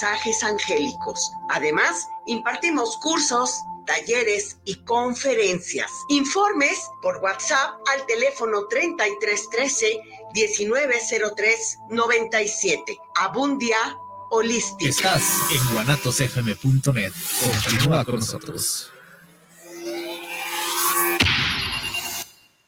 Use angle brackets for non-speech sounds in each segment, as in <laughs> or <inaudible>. mensajes angélicos. Además, impartimos cursos, talleres y conferencias. Informes por WhatsApp al teléfono 3313 1903 97. Abundia Holística. Estás en guanatosfm.net. Continúa con nosotros.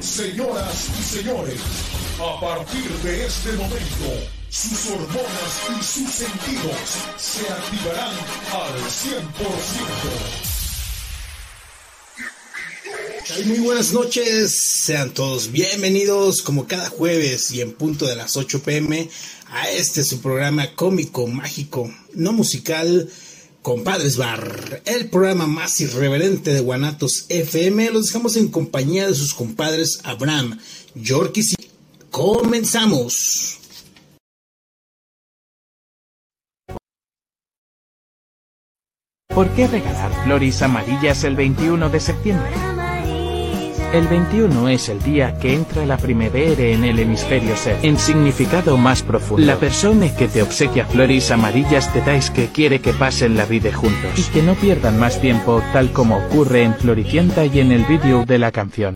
Señoras y señores, a partir de este momento, sus hormonas y sus sentidos se activarán al Muy buenas noches, sean todos bienvenidos como cada jueves y en punto de las 8 pm a este su programa cómico, mágico, no musical, Compadres Bar, el programa más irreverente de Guanatos FM. Los dejamos en compañía de sus compadres Abraham, Yorkis y... Comenzamos. ¿Por qué regalar flores amarillas el 21 de septiembre? El 21 es el día que entra la primavera en el hemisferio sur. En significado más profundo, la persona que te obsequia flores amarillas te dais que quiere que pasen la vida juntos y que no pierdan más tiempo, tal como ocurre en Floricienta y en el vídeo de la canción.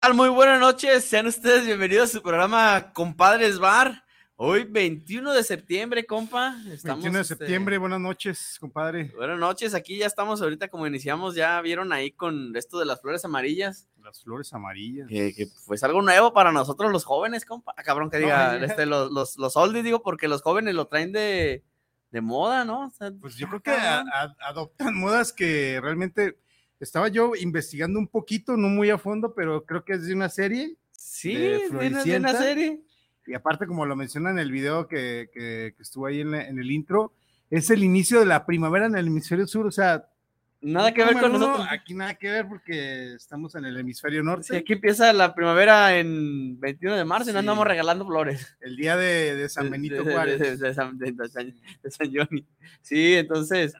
tal? Muy buenas noches, sean ustedes bienvenidos a su programa Compadres Bar. Hoy 21 de septiembre, compa. Estamos, 21 de este, septiembre, buenas noches, compadre. buenas noches, aquí ya estamos ahorita como iniciamos, ya vieron ahí con esto de las flores amarillas, Las flores amarillas. que, que, pues algo nuevo para nosotros los jóvenes, compa. Ah, cabrón que No, diga, ya. este, los, los, los oldies, digo, porque los jóvenes lo traen de, de moda, ¿no? O sea, Pues yo creo que a- a- adoptan modas que realmente estaba yo investigando un poquito, no muy a fondo, pero creo que es de una serie. sí, de de una- de una Floricienta. serie. Y aparte, como lo menciona en el video que, que- que estuvo ahí en, la- en el intro, es el inicio de la primavera en el hemisferio sur. O sea, Nada que ver número con uno, nosotros. Aquí nada que ver porque estamos en el hemisferio norte. Sí, aquí empieza la primavera en 21 de marzo y no Sí. andamos regalando flores. El día de, de San de- Benito de- de- Juárez. De, de San, de- de San- de San Johnny. Sí, entonces,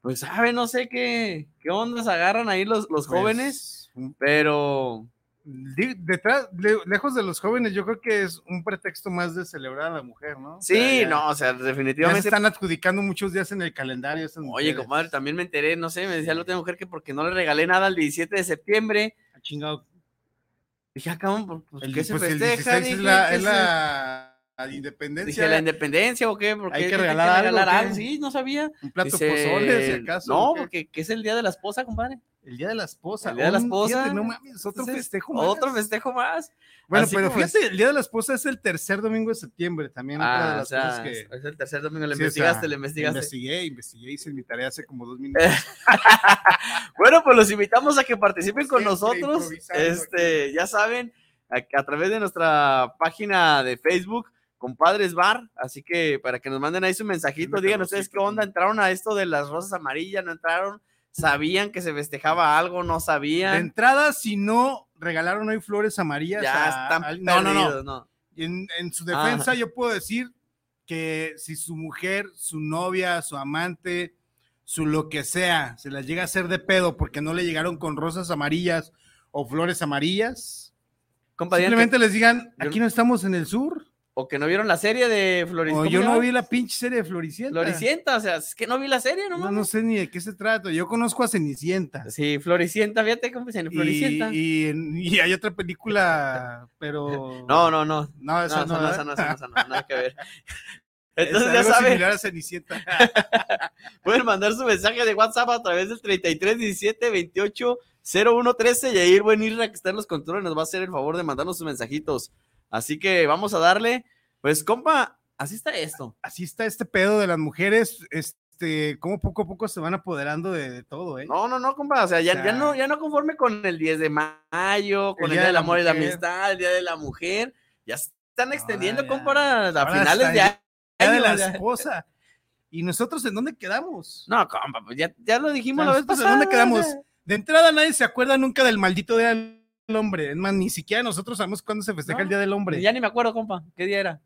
pues sabe, no sé qué, qué ondas agarran ahí los, los Pues, jóvenes, un- pero Di- Detrás, le- lejos de los jóvenes, yo creo que es un pretexto más de celebrar a la mujer, ¿no? O sí, sea, ya- no, o sea, Ya se definitivamente. están adjudicando muchos días en el calendario. estas Oye, mujeres. compadre, también me enteré, no sé, me decía la otra mujer que porque no le regalé nada el 17 de septiembre. Ah, chingado. Dije, ah, cabrón, pues, pues, El- ¿qué se pues el festeja? 16 Dije, es la, ¿qué es se- la- la independencia. dije, la independencia o qué, porque que regalar algo, ¿o qué? sí, no sabía. un plato Dice, pozole, si acaso. No, ¿o qué? porque que es el día de la esposa, compadre. el día de la esposa. el Día de la un- Esposa. fíjate, no mames, otro Entonces, festejo. más. Otro festejo más. Bueno, así pero como es. fíjate, el día de la esposa es el tercer domingo de septiembre también. otra de Ah, o las cosas sea, que- es el tercer domingo, le Sí, o sea, investigaste, le investigaste. Investigué, investigué, hice mi tarea hace como <laughs> dos minutos. Bueno, pues los invitamos a que participen con Siempre nosotros. improvisando Este, ya saben, a, a través de nuestra página de Facebook, Compadres Bar. Así que para que nos manden ahí su mensajito, Una digan ustedes qué carrocita, onda, ¿no? entraron a esto de las rosas amarillas, no entraron, sabían que se festejaba algo, no De sabían. entrada, si no regalaron hoy flores amarillas, Ya a- están al- perdidos, no, no, no. no. En, en su defensa, Ajá. yo puedo decir que si su mujer, su novia, su amante, su lo que sea, se las llega a hacer de pedo porque no le llegaron con rosas amarillas o flores amarillas, Compa, digan que- simplemente les digan: yo- aquí no estamos en el sur, o que no vieron la serie de Floricienta. o yo no vi la pinche serie de Floricienta. Floricienta, o sea, es que no vi la serie, no No, mames. no sé ni de qué se trata. Yo conozco a Cenicienta. Sí, Floricienta, fíjate cómo dicen, Y, Floricienta. y en- y hay otra película, pero. No, no, no. No, No, esa no, esa no, ¿eh? ¿verdad? esa no, esa no, esa no, nada que <laughs> ver. Es Entonces ya algo saben, similar <laughs> a Cenicienta. pueden mandar su mensaje de WhatsApp a través del 33 17 28 01 13 y ahí el buen Irra que está en los controles nos va a hacer el favor de mandarnos sus mensajitos. Así que vamos a darle, pues compa, así está esto. Así está este pedo de las mujeres, este, cómo poco a poco se van apoderando de, de todo, ¿eh? No, no, no, compa, o sea, ya, ya no ya no conforme con el 10 de mayo, con el, Día Día de del la Amor y la Mujer. Amistad, el Día de la Mujer, ya se están extendiendo, ya. compa, ahora a Ahora finales hasta de ahí. de la o sea. esposa. ¿Y nosotros en dónde quedamos? No, compa, pues ya, ya lo dijimos sea, la vez nosotros, ¿de pasada. dónde quedamos? o sea. De entrada nadie se acuerda nunca del maldito Día del Hombre. Es más, ni siquiera nosotros sabemos cuándo se festeja No, el Día del Hombre. Ya ni me acuerdo, compa. ¿Qué día era?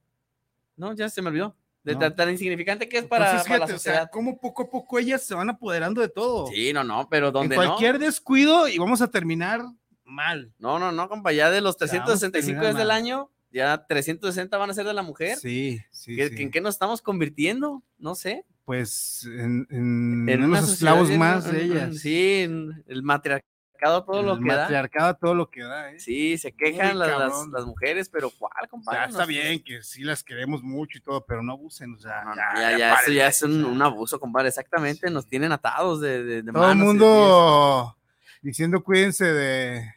No, ya se me olvidó. De No. tan, tan insignificante que es para, Entonces, para la fíjate, o sea, sociedad. cómo poco a poco ellas se van apoderando de todo. sí, no, no, pero en donde cualquier descuido y vamos a terminar mal. no. No, no, no, compa. Ya de los vamos a 365 días terminar del mal. año, ya 360 van a ser de la mujer. Sí, sí, ¿Qué- sí. ¿En qué nos estamos convirtiendo? No sé. Pues en, en, En unos una sociedad esclavos bien- más en- de en- ellas. Sí, en el matriarcado, todo El lo que da. matriarcado a todo lo que da, ¿eh? Sí, se Muy quejan las, las, cabrón. las mujeres, pero ¿cuál, O sea, compadre? está bien que sí las queremos mucho y todo, pero no abusen, o sea, No, no, ya, ya, ya, ya eso ya es un, o sea. un abuso, compadre. Exactamente, Sí. nos tienen atados de, de, de todo el manos y de mundo diciendo cuídense de,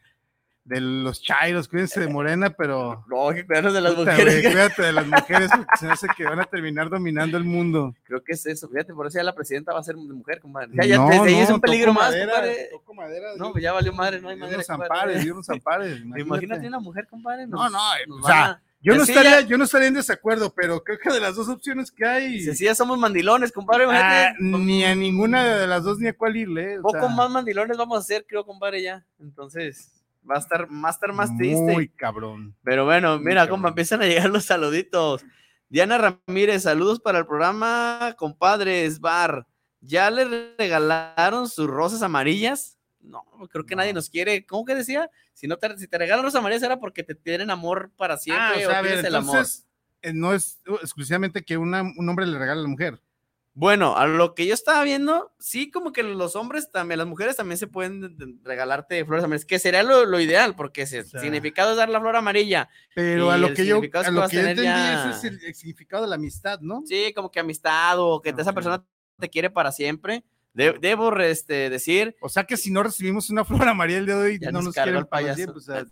de los chairos, cuídense de Morena, pero pies. No, hay que cuidarnos <laughs> de las puta, mujeres. güey, cuídate de <laughs> las mujeres porque se me hace que van a terminar dominando el mundo. Creo que es eso. Fíjate, por eso ya la presidenta va a ser de mujer, compadre. Ya, ya No, desde ahí no, es un peligro toco más, madera, compadre. toco madera, No, Dios- pues ya valió madre, no hay Dios madera, nos compadre. ampare, <laughs> Dios nos ampare, Imagínate imagínate. una mujer, compadre. No, nos- no, nos o van sea, a- yo no, Pues Sí, estaría, ya. yo no estaría en desacuerdo, pero creo que de las dos opciones que hay, Si así ya somos mandilones, compadre, ah, imagínate. ni a ninguna de las dos ni a cuál irle. eh, o poco sea, más mandilones vamos a hacer, creo, compadre, ya. Entonces, va a estar, va a estar más triste. Muy cabrón. Pero bueno, Muy mira, compa, cabrón. empiezan a llegar los saluditos. Diana Ramírez, saludos para el programa, compadres, bar. ¿Ya le regalaron sus rosas amarillas? No, creo que nadie No. nos quiere. ¿Cómo que decía? Si no te, si te regalan rosas amarillas era porque te tienen amor para siempre Ah, o sea, o a ver, tienes el amor. entonces, eh, no es uh, exclusivamente que una- un hombre le regale a la mujer. Bueno, a lo que yo estaba viendo, sí, como que los hombres también, las mujeres también se pueden de- de- regalarte flores amarillas, que sería lo, lo ideal, porque si el sea. significado es dar la flor amarilla. Pero Y a lo el que yo, significado es a que lo vas a que yo tener entendí, ya- ese es el, el significado de la amistad, ¿no? Sí, como que amistad o que Ah, esa ok. persona te quiere para siempre. De- debo re- este, decir, O sea que si no recibimos una flor <laughs> amarilla el día de hoy, Ya no nos nos cargó quieren el para payaso. siempre, o sea, de-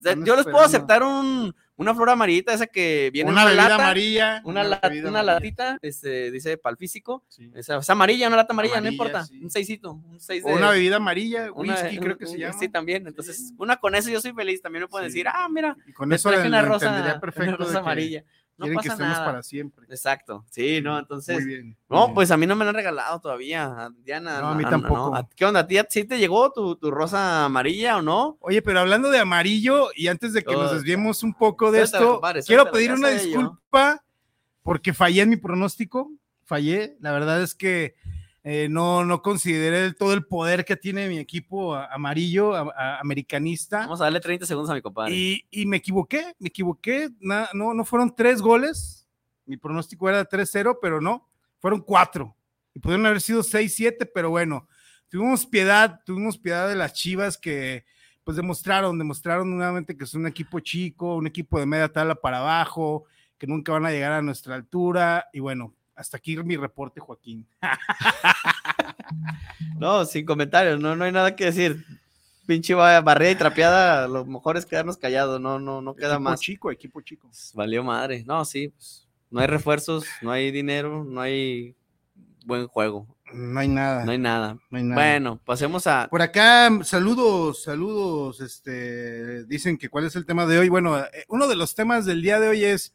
Están yo les puedo esperando. aceptar un, una flor amarillita, esa que viene una en una bebida lata, amarilla. una, la- bebida una amarilla, latita, este, dice para el físico, sí. esa, esa amarilla, una lata amarilla, Amarilla, no importa, sí. un seisito, un seis O de- una bebida amarilla, una- whisky creo que un- se un- llama. Sí, también, entonces, una con eso yo soy feliz, también me pueden Sí. decir, ah, mira, Y con me eso traje le- una le rosa, <laughs> entendería una perfecto de rosa que amarilla, no quieren que pasa estemos nada. para siempre. Exacto, sí, no, entonces, Muy bien. muy No, bien. pues a mí no me lo han regalado todavía, a Diana. Eh. No, a mí tampoco. ¿A- ¿Qué onda? ¿A ti ya- sí te llegó tu, tu rosa amarilla o no? Oye, pero hablando de amarillo, y antes de que nos Oh, desviemos un poco de suéltalo, esto, compadre, quiero suéltalo, pedir ya una sabía yo. disculpa porque fallé en mi pronóstico. Fallé. La verdad es que eh, no, no consideré el- todo el poder que tiene mi equipo a- amarillo, a- a- americanista. Vamos a darle 30 segundos a mi compadre. Y, y me equivoqué, me equivoqué. na- no, no fueron tres goles. Mi pronóstico era 3-0, pero no, fueron cuatro. Y pudieron haber sido 6-7, pero bueno, tuvimos piedad, tuvimos piedad de las Chivas que pues demostraron, demostraron nuevamente que es un equipo chico, un equipo de media tabla para abajo, que nunca van a llegar a nuestra altura. Y bueno, hasta aquí mi reporte, Joaquín. No, sin comentarios, no, no hay nada que decir. Pinche ba- barrida y trapeada, lo mejor es quedarnos callados, no, no, no queda equipo más. Pues, chico, equipo chico. Valió madre. No, sí, pues, no hay refuerzos, no hay dinero, no hay buen juego, No hay nada. no hay nada. no hay Ah, nada. Bueno, pasemos a... Por acá, mm, saludos, saludos. Este, dicen que cuál es el tema de hoy. Bueno, eh, uno de los temas del día de hoy es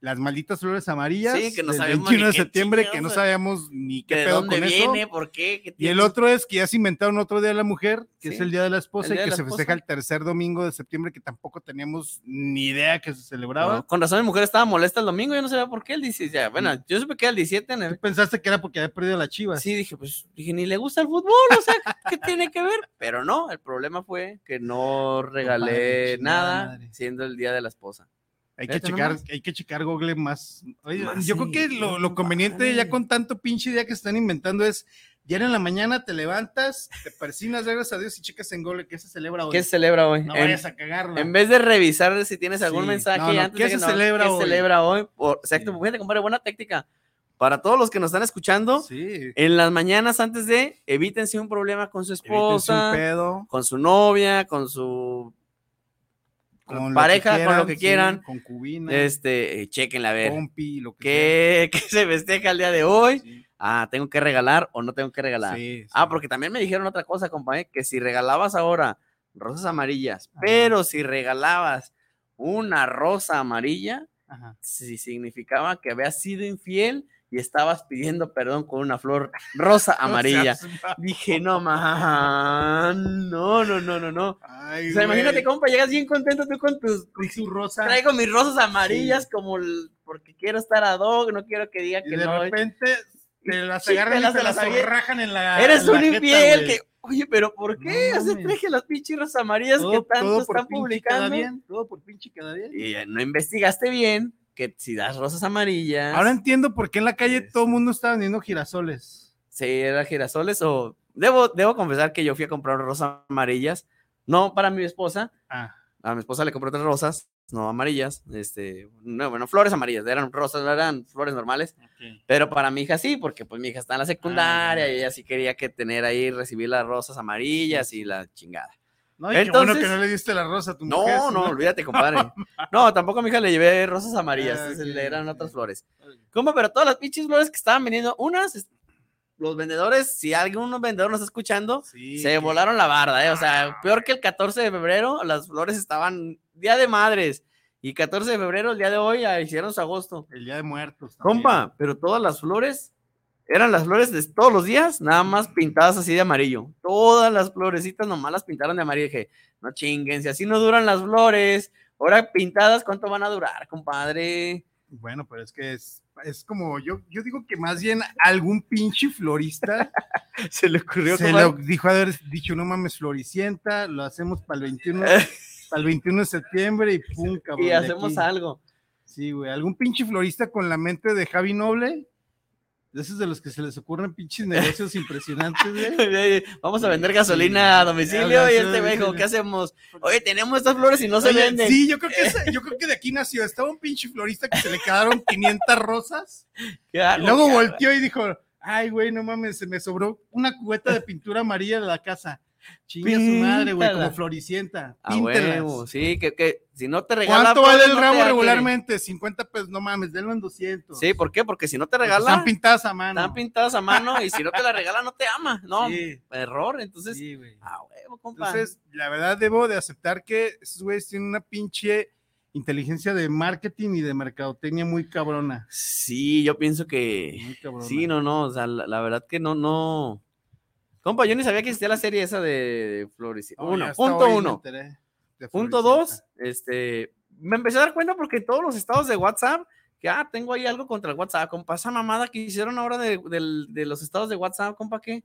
las malditas flores amarillas. Sí, que no del sabemos 21 ni de qué septiembre, que no chingados, sabíamos ni qué ¿De pedo dónde con viene? eso. ¿Por qué? ¿Qué Y el tiene? otro es que ya se inventaron otro día de la mujer, que es Sí, el día de la esposa el y Día de que la se festeja Esposa. el tercer domingo de septiembre, que tampoco teníamos ni idea que se celebraba. No, con razón, mi mujer estaba molesta el domingo, yo no sabía por qué el 17. ya, bueno, Mm. yo supe que era el 17 en el- Tú pensaste que era porque había perdido la chiva. Sí, dije, pues, dije, ni le gusta el fútbol, o sea, ¿qué tiene que ver? Pero no, el problema fue que no regalé Compadre, chingada nada madre. siendo el día de la esposa. Hay que Fíjate checar, nomás. hay que checar Google más. Oye, Más, yo sí, creo que lo, no, lo conveniente ya vale. con tanto pinche idea que están inventando es diario en la mañana te levantas, te persinas, regresas a Dios y checas en Google qué se celebra hoy. ¿Qué se celebra hoy? no en, vayas a cagarla. en vez de revisar si tienes algún Sí, mensaje no, no, antes ¿qué de se que no, celebra ¿qué hoy? celebra hoy? Por- exacto, Sí. fíjate, compadre, buena técnica. Para todos los que nos están escuchando, sí. en las mañanas antes de, evítense un problema con su Evítense esposa, un pedo. con su novia, con su Con lo pareja, que con lo que sí, quieran. concubina, Este, eh, chequenla a ver. compi, lo que ¿Qué, qué se festeja el día de hoy? Sí, Ah, ¿tengo que regalar o no tengo que regalar? sí, Ah, sí. porque también me dijeron otra cosa, compañero, que si regalabas ahora rosas amarillas, pero si regalabas una rosa amarilla, Ajá. si significaba que habías sido infiel y estabas pidiendo perdón con una flor <laughs> rosa amarilla. Dije, no, man, no, no, no, no, no. Ay, O sea, güey. imagínate, compa, llegas bien contento tú con tus... Con su rosa. Traigo mis rosas amarillas como el- porque quiero estar a dog, no quiero que diga Y que de no. repente te las Sí, agarran te las- y te te las las avientan. rajan en la. Eres en la un jeta, infiel güey. que, oye, pero ¿por qué No hace mames. traje las pinches rosas amarillas Todo- que tanto todo por están pinche cada publicando? bien, Todo por pinche cada bien. Y eh, no investigaste bien que si das rosas amarillas, Ahora entiendo por qué en la calle Sí, todo el mundo está vendiendo girasoles. si era girasoles o... Debo, debo confesar que yo fui a comprar rosas amarillas, no para mi esposa, Ah, a mi esposa le compré tres rosas, no amarillas, este, no, bueno, flores amarillas, eran rosas, no eran flores normales, pero para mi hija sí, porque pues mi hija está en la secundaria y ella sí quería que tener ahí, recibir las rosas amarillas y la chingada. No, y qué bueno Entonces- que no le diste la rosa a tu mujer. No, si no, olvídate, <laughs> compadre. No, tampoco a mi hija le llevé rosas amarillas, Ah, esas ok, le eran ok. otras flores. ¿Cómo? Pero todas las pinches flores que estaban vendiendo, unas, es- los vendedores, si algún vendedor nos está escuchando, Sí, se que- Ah. volaron la barda, ¿eh? O sea, peor que el 14 de febrero, las flores estaban día de madres. Y 14 de febrero, el día de hoy, ah, hicieron su agosto. El día de muertos. también. Compa, pero todas las flores eran las flores de todos los días, nada más pintadas así de amarillo. Todas las florecitas nomás las pintaron de amarillo. Dije, no chinguen, si así no duran las flores, ahora pintadas, ¿cuánto van a durar, compadre? <laughs> Bueno, pero es que es, es como yo, yo digo que más bien algún pinche <laughs> florista Se le ocurrió se lo dijo haber dicho, no mames, floricienta, lo hacemos para <laughs> el 21, para el 21 de septiembre y pum, cabrón. y de hacemos aquí". algo. <laughs> Sí, güey, algún pinche florista con la mente de Javi Noble, de esos de los que se les ocurren <laughs> pinches negocios impresionantes, güey. Vamos a vender gasolina a domicilio y este güey dijo, ¿qué hacemos? Oye, tenemos estas flores y no se Oye, venden. Sí, yo creo, que esa- yo creo que de aquí nació. Estaba un pinche florista que se le quedaron 500 <laughs> rosas. ¿Qué hago? Y luego ¿Qué hago? volteó y dijo, ay, güey, no mames, se me sobró una cubeta de pintura amarilla de la casa. Chinga su madre, güey, como Píntala. floricienta. A Píntelas. huevo, sí, que, que si no te regala... ¿Cuánto vale flores, el no te ramo da que- regularmente? 50 pesos, no mames, denlo en 200. Sí, ¿por qué? Porque si no te Porque regala... Están pintadas a mano. Están pintadas a mano y si no te la regala, no te ama. No, Sí, error. Entonces, sí, güey. ah, huevo, compa. Entonces, la verdad debo de aceptar que esos güeyes tienen una pinche inteligencia de marketing y de mercadotecnia muy cabrona. sí, yo pienso que. Muy cabrona. Sí, no, no. O sea, la, la verdad que no, no. Compa, yo ni sabía que existía la serie esa de Flores. Oh, ya uno, hasta punto hoy me uno. enteré de Punto dos, Floricienta. este. Me empecé a dar cuenta porque en todos los estados de WhatsApp, que ah, tengo ahí algo contra el WhatsApp, compa. Esa mamada que hicieron ahora de, del- de los estados de WhatsApp, compa, ¿qué?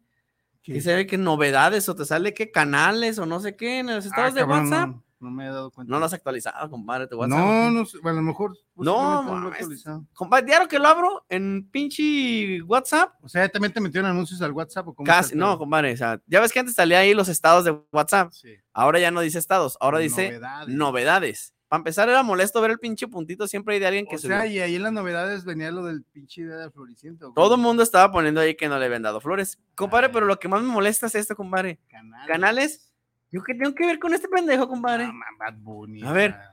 Que se ve que novedades o te sale que canales o no sé qué en los Ah, estados de cabrón, WhatsApp. No, no me he dado cuenta. No lo has actualizado, compadre, tu WhatsApp. No, no sé, bueno, a lo mejor. pues, No, posiblemente lo he mames. actualizado. Compadre, diario que lo abro en pinche WhatsApp. O sea, también te metieron anuncios al WhatsApp o cómo está Casi, el no, pedo? compadre. O sea, ya ves que antes salía ahí los estados de WhatsApp. Sí. Ahora ya no dice estados, ahora dice Novedades. novedades. Para empezar, era molesto ver el pinche puntito siempre ahí de alguien que O subió. sea, y ahí en las novedades venía lo del pinche idea de floriciento. Todo el mundo estaba poniendo ahí que no le habían dado flores. Compadre, Ay. pero lo que más me molesta es esto, compadre. Canales. Canales. ¿Yo qué tengo que ver con este pendejo, compadre? Ah, man, Bad Bunny, A ver. ah.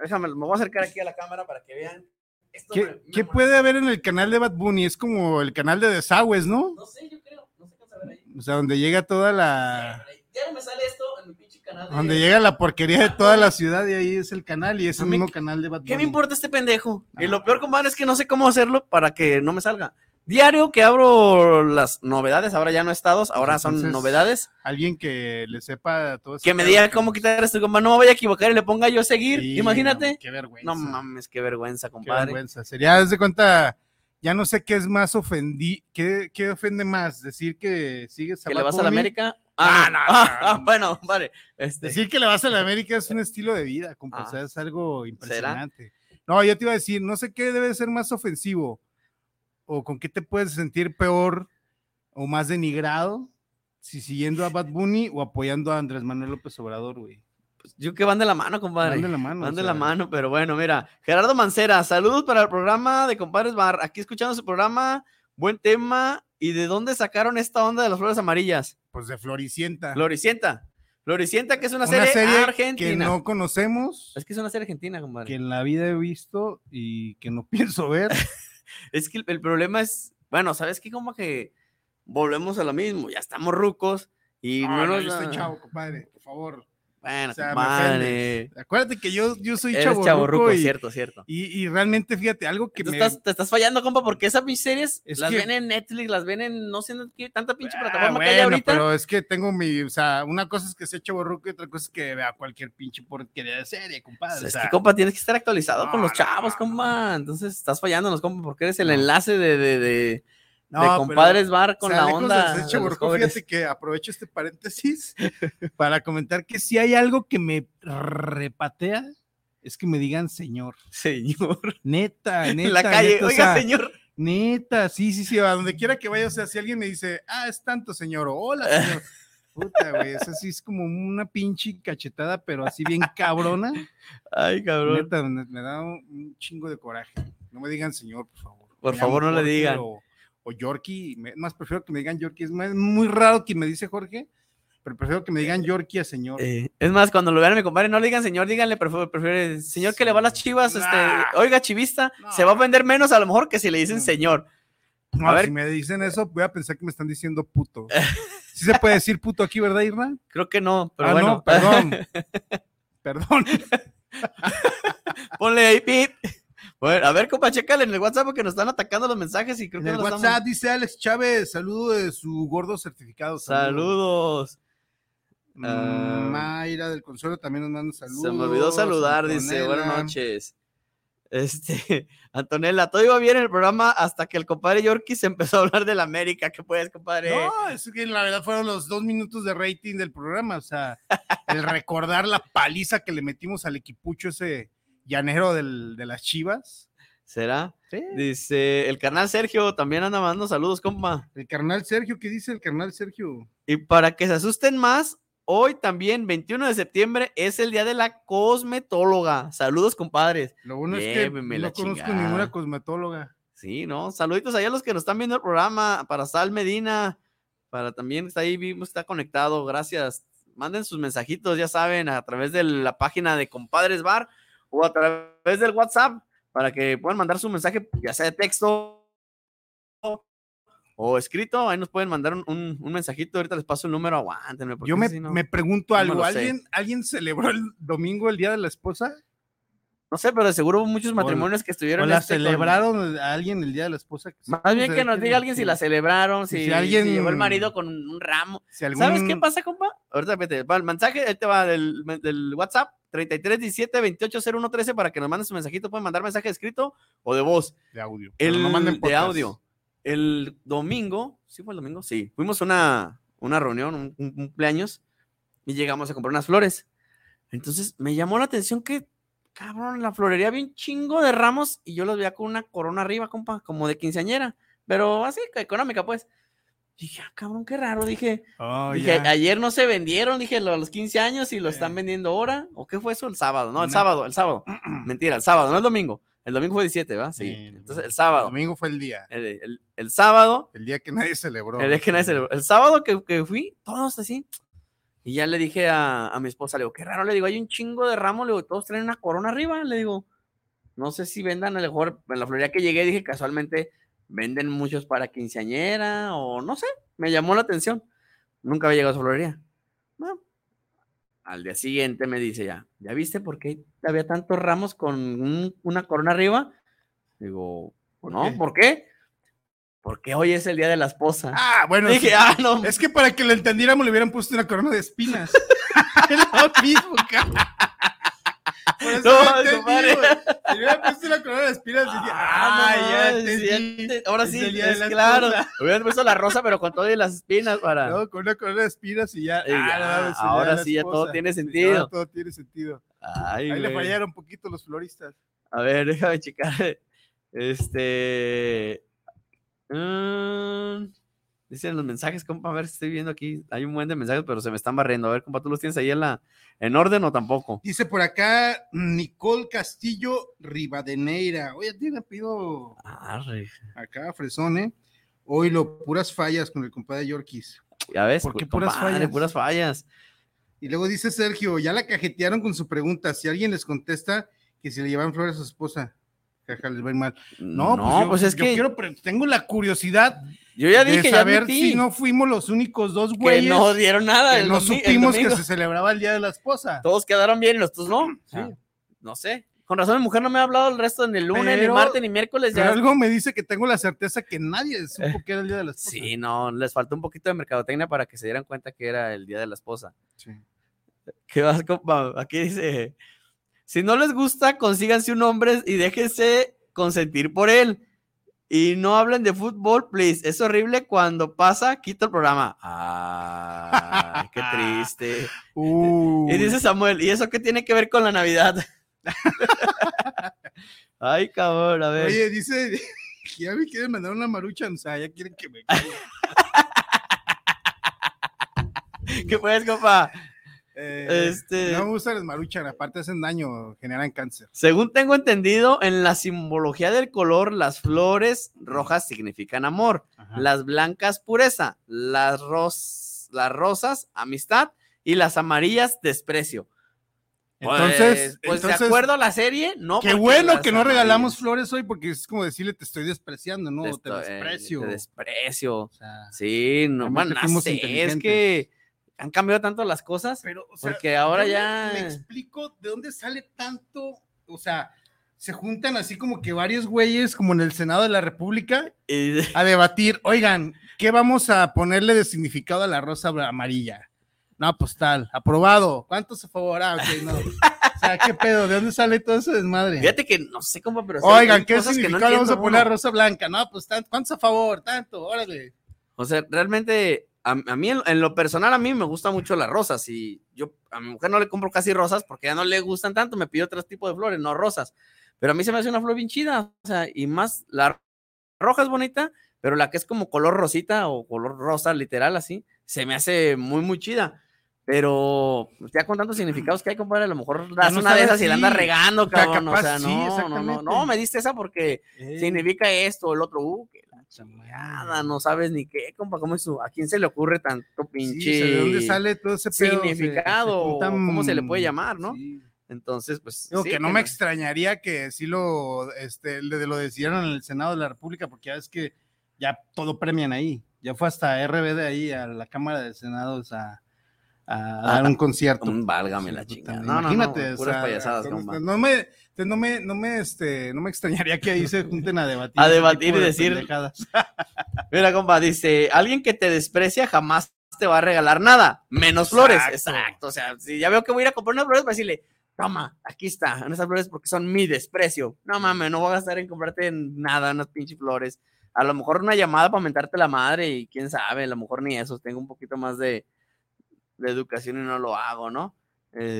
Déjame, me voy a acercar aquí a la cámara para que vean. Esto me- ¿Qué, me qué molesta. puede haber en el canal de Bad Bunny? Es como el canal de desagües, ¿no? No sé, yo creo. No sé qué vas a ver ahí. O sea, donde llega toda la. Ya no me sale esto en mi pinche canal. de- Donde llega la porquería de toda la ciudad y ahí es el canal y es el A mí- mismo canal de Bad Bunny. ¿Qué me importa este pendejo? Y lo peor, compadre, es que no sé cómo hacerlo para que no me salga. Diario que abro las novedades, ahora ya no estados, ahora son Entonces, novedades. Alguien que le sepa todo ese Que me pedo, diga cabrón. cómo quitar esto, compa. No me vaya a equivocar y le ponga yo a seguir. Sí, Imagínate. Qué vergüenza. No mames, qué vergüenza, Qué compadre. vergüenza. Sería, haz de cuenta, ya no sé qué es más ofendí, qué, qué ofende más, decir que sigues a Que le Bad vas a la Bunny? América. Ah, Ah, no, no, ah, no, ah, no. bueno, vale. Este, Decir que le vas a la América es un estilo de vida, compa, o Ah. sea, es algo impresionante. No, yo te iba a decir, no sé qué debe ser más ofensivo o con qué te puedes sentir peor o más denigrado si siguiendo a Bad Bunny o apoyando a Andrés Manuel López Obrador, güey. pues, yo que van de la mano, compadre. Van de la mano. o Mande sea, la mano, pero bueno, mira. Gerardo Mancera, saludos para el programa de Compadres Bar. Aquí escuchando su programa, buen tema. ¿Y de dónde sacaron esta onda de las flores amarillas? Pues de <laughs> Floricienta. Floricienta. Floricienta, que es una, una serie, argentina. que no conocemos. Es que es una serie argentina, compadre. que en la vida he visto y que no <laughs> pienso ver. Es que el, el problema es, bueno, ¿sabes qué? Como que volvemos a lo mismo. Ya estamos rucos y Ah, no no, nos yo da- estoy chavo, compadre, por favor. Bueno, O sea, me compadre. ofendes. Acuérdate que yo, yo soy Eres chaborruco, chaborruco, y, cierto, cierto. y, y realmente, fíjate, algo que Tú me... estás- te estás fallando, compa, porque esas mis series Es las que- ven en Netflix, las ven en no sé en qué, tanta pinche Ah, plataforma que hay bueno, ahorita. pero es que tengo mi, o sea, una cosa es que sea chaborruco y otra cosa es que vea cualquier pinche porquería de serie, Pues compadre. o es sea, que, compa, tienes que estar actualizado con No, los no, chavos, no, compa. Entonces estás fallándonos, compa, porque eres el No. enlace de, de, de, no, de pero- compadres bar con o sea, la lejos de onda. ser de los chaborruco, jóvenes. fíjate que aprovecho este paréntesis para comentar que si hay algo que me repatea, es que me digan señor. <laughs> Señor, Neta, neta. en la calle. neta, o Oiga, sea, señor. Neta, sí, sí, sí, a donde quiera que vaya, o sea, si alguien me dice, ah, es tanto, señor, o hola, <laughs> señor. Puta, güey, eso sí es como una pinche cachetada, pero así bien cabrona. Ay, cabrón. Neta, me, me da un, un chingo de coraje. No me digan señor, por favor. Por Me favor, llamo no le Jorge digan. O, o Yorkie, me- más prefiero que me digan Yorkie. Es más- muy raro que me dice Jorge, pero prefiero que me digan Yorkie a señor. Eh, es más, cuando lo vean a mi compadre, no le digan señor, díganle, prefiero, prefiero señor que le va a las Sí. chivas, Nah. este, oiga, chivista, No. se va a vender menos a lo mejor que si le dicen Mm. señor. No, a ver. si me dicen eso, voy a pensar que me están diciendo <laughs> puto. Sí se puede decir puto aquí, ¿verdad, Irma? Creo que no, pero ah, bueno, <laughs> no, perdón. perdón. ponle ahí, pip. <laughs> Bueno, a ver, compa, chécale en el WhatsApp porque nos están atacando los mensajes y creo En que el no los WhatsApp damos. dice Alex Chávez, saludo de su gordo certificado. Saludos. Mm, Ah. Mayra del Consuelo también nos manda saludos. Se me olvidó saludar, dice, buenas Antonella. noches. Este, <laughs> Antonella, todo iba bien en el programa hasta que el compadre Yorkie se empezó a hablar del América. ¿Qué puedes, compadre? No, es que la verdad fueron los dos minutos de rating del programa, <laughs> o sea, el recordar la paliza que le metimos al equipucho ese llanero del- de las chivas. ¿Será? Dice, el canal Sergio también anda mandando saludos, compa. El carnal Sergio, ¿qué dice el carnal Sergio? Y para que se asusten más, hoy también, 21 de septiembre, es el día de la cosmetóloga. Saludos, compadres. Lo bueno es que Lléveme la no conozco chingada. ninguna cosmetóloga. Sí, ¿no? Saluditos allá a los que nos están viendo el programa, para Sal Medina, para también está ahí, vivo, está conectado, gracias. Manden sus mensajitos, ya saben, a través de la página de Compadres Bar o a través del WhatsApp, para que puedan mandar su mensaje, ya sea de texto o escrito, ahí nos pueden mandar un, un- un mensajito, ahorita les paso el número, aguántenme. porque Yo me, si no- me pregunto no me algo, lo sé. ¿alguien, ¿alguien celebró el domingo el Día de la Esposa? No sé, pero de seguro hubo muchos O la- matrimonios que ¿O estuvieron... la este con- celebraron a alguien el Día de la Esposa? Más bien que nos diga alguien si la celebraron, Si si, alguien- si llegó el marido con un ramo. si algún- ¿Sabes qué pasa, compa? Ahorita vete, va el mensaje, ahí te va del, del WhatsApp, 33 17 28 01 13 para que nos manden su mensajito. Pueden mandar mensaje escrito o de voz. De audio. pero El no manden de podcast. audio. El domingo, ¿sí fue el domingo? Sí. Fuimos a una, una reunión, un, un cumpleaños, y llegamos a comprar unas flores. Entonces me llamó la atención que, cabrón, la florería había un chingo de ramos y yo los veía con una corona arriba, compa, como de quinceañera, pero así, económica, pues. Dije, ah, cabrón, qué raro, dije. Oh, Dije, ya. ayer no se vendieron, dije, lo- a los 15 años y lo Eh. están vendiendo ahora. ¿O qué fue eso? El sábado, no, el No. sábado, el <clears throat> sábado. Mentira, el sábado, no el domingo. El domingo fue 17, ¿verdad? Sí. Sí, el Entonces, el El sábado. domingo fue el día, El, el- el sábado, el día que nadie celebró. el, día que nadie celebró. El sábado que, que fui, todos así. Y ya le dije a, a mi esposa, le digo, qué raro, le digo, hay un chingo de ramos, le digo, todos traen una corona arriba, le digo, no sé si vendan a lo mejor, en la florería que llegué, dije, casualmente venden muchos para quinceañera o no sé, me llamó la atención. Nunca había llegado a su florería. No. Al día siguiente me dice ya, ¿ya viste por qué había tantos ramos con un- una corona arriba? Digo, ¿Por no, qué? ¿por qué? Porque hoy es el día de la esposa. Ah, bueno. dije, sí. ah, <laughs> no, Es que para que lo entendiéramos le hubieran puesto una corona de espinas. <laughs> Es lo mismo, cara. Por eso No, no, entendí, compadre. güey. Si le hubieran puesto una corona de espinas, dije, ah, Ah, no ya mames, ya entendí. te- Ahora Es sí, el día de es la claro. esposa. <laughs> Hubieran puesto la rosa, pero con todo y las espinas para. <laughs> No, con una corona de espinas y ya. Eh, ah, ya, no mames, el día de ahora la sí, ya todo esposa. tiene Ahora sentido. todo tiene sentido. Ay, Ahí le güey. fallaron un poquito los floristas. A ver, <laughs> déjame checar. Este. mm, dicen los mensajes, compa. A ver, estoy viendo aquí. Hay un buen de mensajes, pero se me están barriendo. A ver, compa, ¿tú los tienes ahí en, la, en orden o tampoco? Dice por acá Nicole Castillo Rivadeneira. Oye, tiene apellido Arre. acá, Fresón, ¿eh? Hoy lo puras fallas con el compadre Yorkis. Ya ves, ¿Por qué cu- puras compadre, fallas? puras fallas. Y luego dice Sergio, ya la cajetearon con su pregunta. Si alguien les contesta que si le llevan flores a su esposa, jaja, les va a ir mal. No, pues, yo- pues es yo que. quiero pre- tengo la curiosidad Yo ya dije, de ya saber admití si no fuimos los únicos dos que güeyes no dieron nada. que el no domi- el supimos que domingo. se celebraba el Día de la Esposa. Todos quedaron bien y los otros no. O sea, Sí. No sé. Con razón, mi mujer no me ha hablado el resto ni el lunes, ni Pero- martes, ni miércoles. Pero Pues Ya. Eh, algo me dice que tengo la certeza que nadie supo que era el Día de la Esposa. Sí, no, les faltó un poquito de mercadotecnia para que se dieran cuenta que era el día de la esposa. Sí. ¿Qué vas, compa? Aquí dice: Si no les gusta, consíganse un hombre y déjense consentir por él. Y no hablen de fútbol, please. Es horrible cuando pasa, quito el programa. Ay, <laughs> qué triste. Uy. Y dice Samuel, ¿y eso qué tiene que ver con la Navidad? <laughs> Ay, cabrón, a ver. Oye, dice, <laughs> ya me quieren mandar una marucha, o sea, ya quieren que me... ¿Qué puedes, compa? Eh, Este, No me gustan las maruchan, aparte hacen daño, generan cáncer. Según tengo entendido, en la simbología del color, las flores rojas significan amor, las blancas pureza, las, ros- las rosas amistad y las amarillas desprecio. Entonces, pues, pues, de entonces, acuerdo a la serie, no. qué porque bueno las que no regalamos amarillas- flores hoy porque es como decirle te estoy despreciando, ¿no? te Esto, eh, desprecio. Te desprecio. O sea, Sí, no, Realmente bueno, no fuimos sé, es inteligentes. que han cambiado tanto las cosas, pero, o sea, porque ahora yo no Me ya... explico de dónde sale tanto, o sea, se juntan así como que varios güeyes como en el Senado de la República eh, a debatir, oigan, ¿qué vamos a ponerle de significado a la rosa amarilla? No, pues tal, aprobado. ¿Cuántos a favor? Ah, ok, no. O sea, ¿qué pedo? ¿De dónde sale todo ese desmadre? <laughs> Fíjate que no sé cómo, pero... o sea, Oigan, hay ¿qué cosas que no significado le vamos a entiendo poner a uno. rosa blanca? No, pues tan- ¿cuántos a favor? Tanto, órale. O sea, realmente, a, a mí, en, en lo personal, a mí me gustan mucho las rosas y yo a mi mujer no le compro casi rosas porque ya no le gustan tanto, me pidió otro tipo de flores, no rosas. Pero a mí se me hace una flor bien chida, o sea, y más, la roja es bonita, pero la que es como color rosita o color rosa, literal, así, se me hace muy, muy chida. Pero pues, ya con tantos significados que hay, compadre, a lo mejor das no una de sabes esas y la andas si- regando, ca- cabrón. O capaz sea, sí, no, no, no, no, exactamente. me diste esa porque significa esto, el otro, uh, que la chingada, no sabes ni qué, compa, ¿cómo es su- ¿A quién se le ocurre tanto Sí, pinche? o sea, ¿De dónde sale todo ese pedo? Se- se significado, juntan- ¿cómo se le puede llamar, no? Sí. Entonces, pues. Digo sí, que no me extrañaría que sí lo, este, le- de lo decidieron en el Senado de la República, porque ya ves que ya todo premian ahí. Ya fue hasta RBD ahí a la Cámara de Senados a, a dar un concierto. Mm, Válgame la Sí, chingada. puta, No, no, imagínate, no, o puras sea, payasadas, entonces, compa. no me, te- no me, no me, este, no me extrañaría que ahí se junten a debatir. <laughs> A ese debatir tipo y de decir- este, pendejadas. Mira, compa, dice: alguien que te desprecia jamás te va a regalar nada, menos flores. Exacto. Exacto. O sea, si ya veo que voy a ir a comprar unas flores, para decirle. Toma, aquí está, esas flores porque son mi desprecio. No mames, no voy a gastar en comprarte nada, unas pinches flores. A lo mejor una llamada para mentarte la madre y quién sabe, a lo mejor ni eso. Tengo un poquito más de, de educación y no lo hago, ¿no?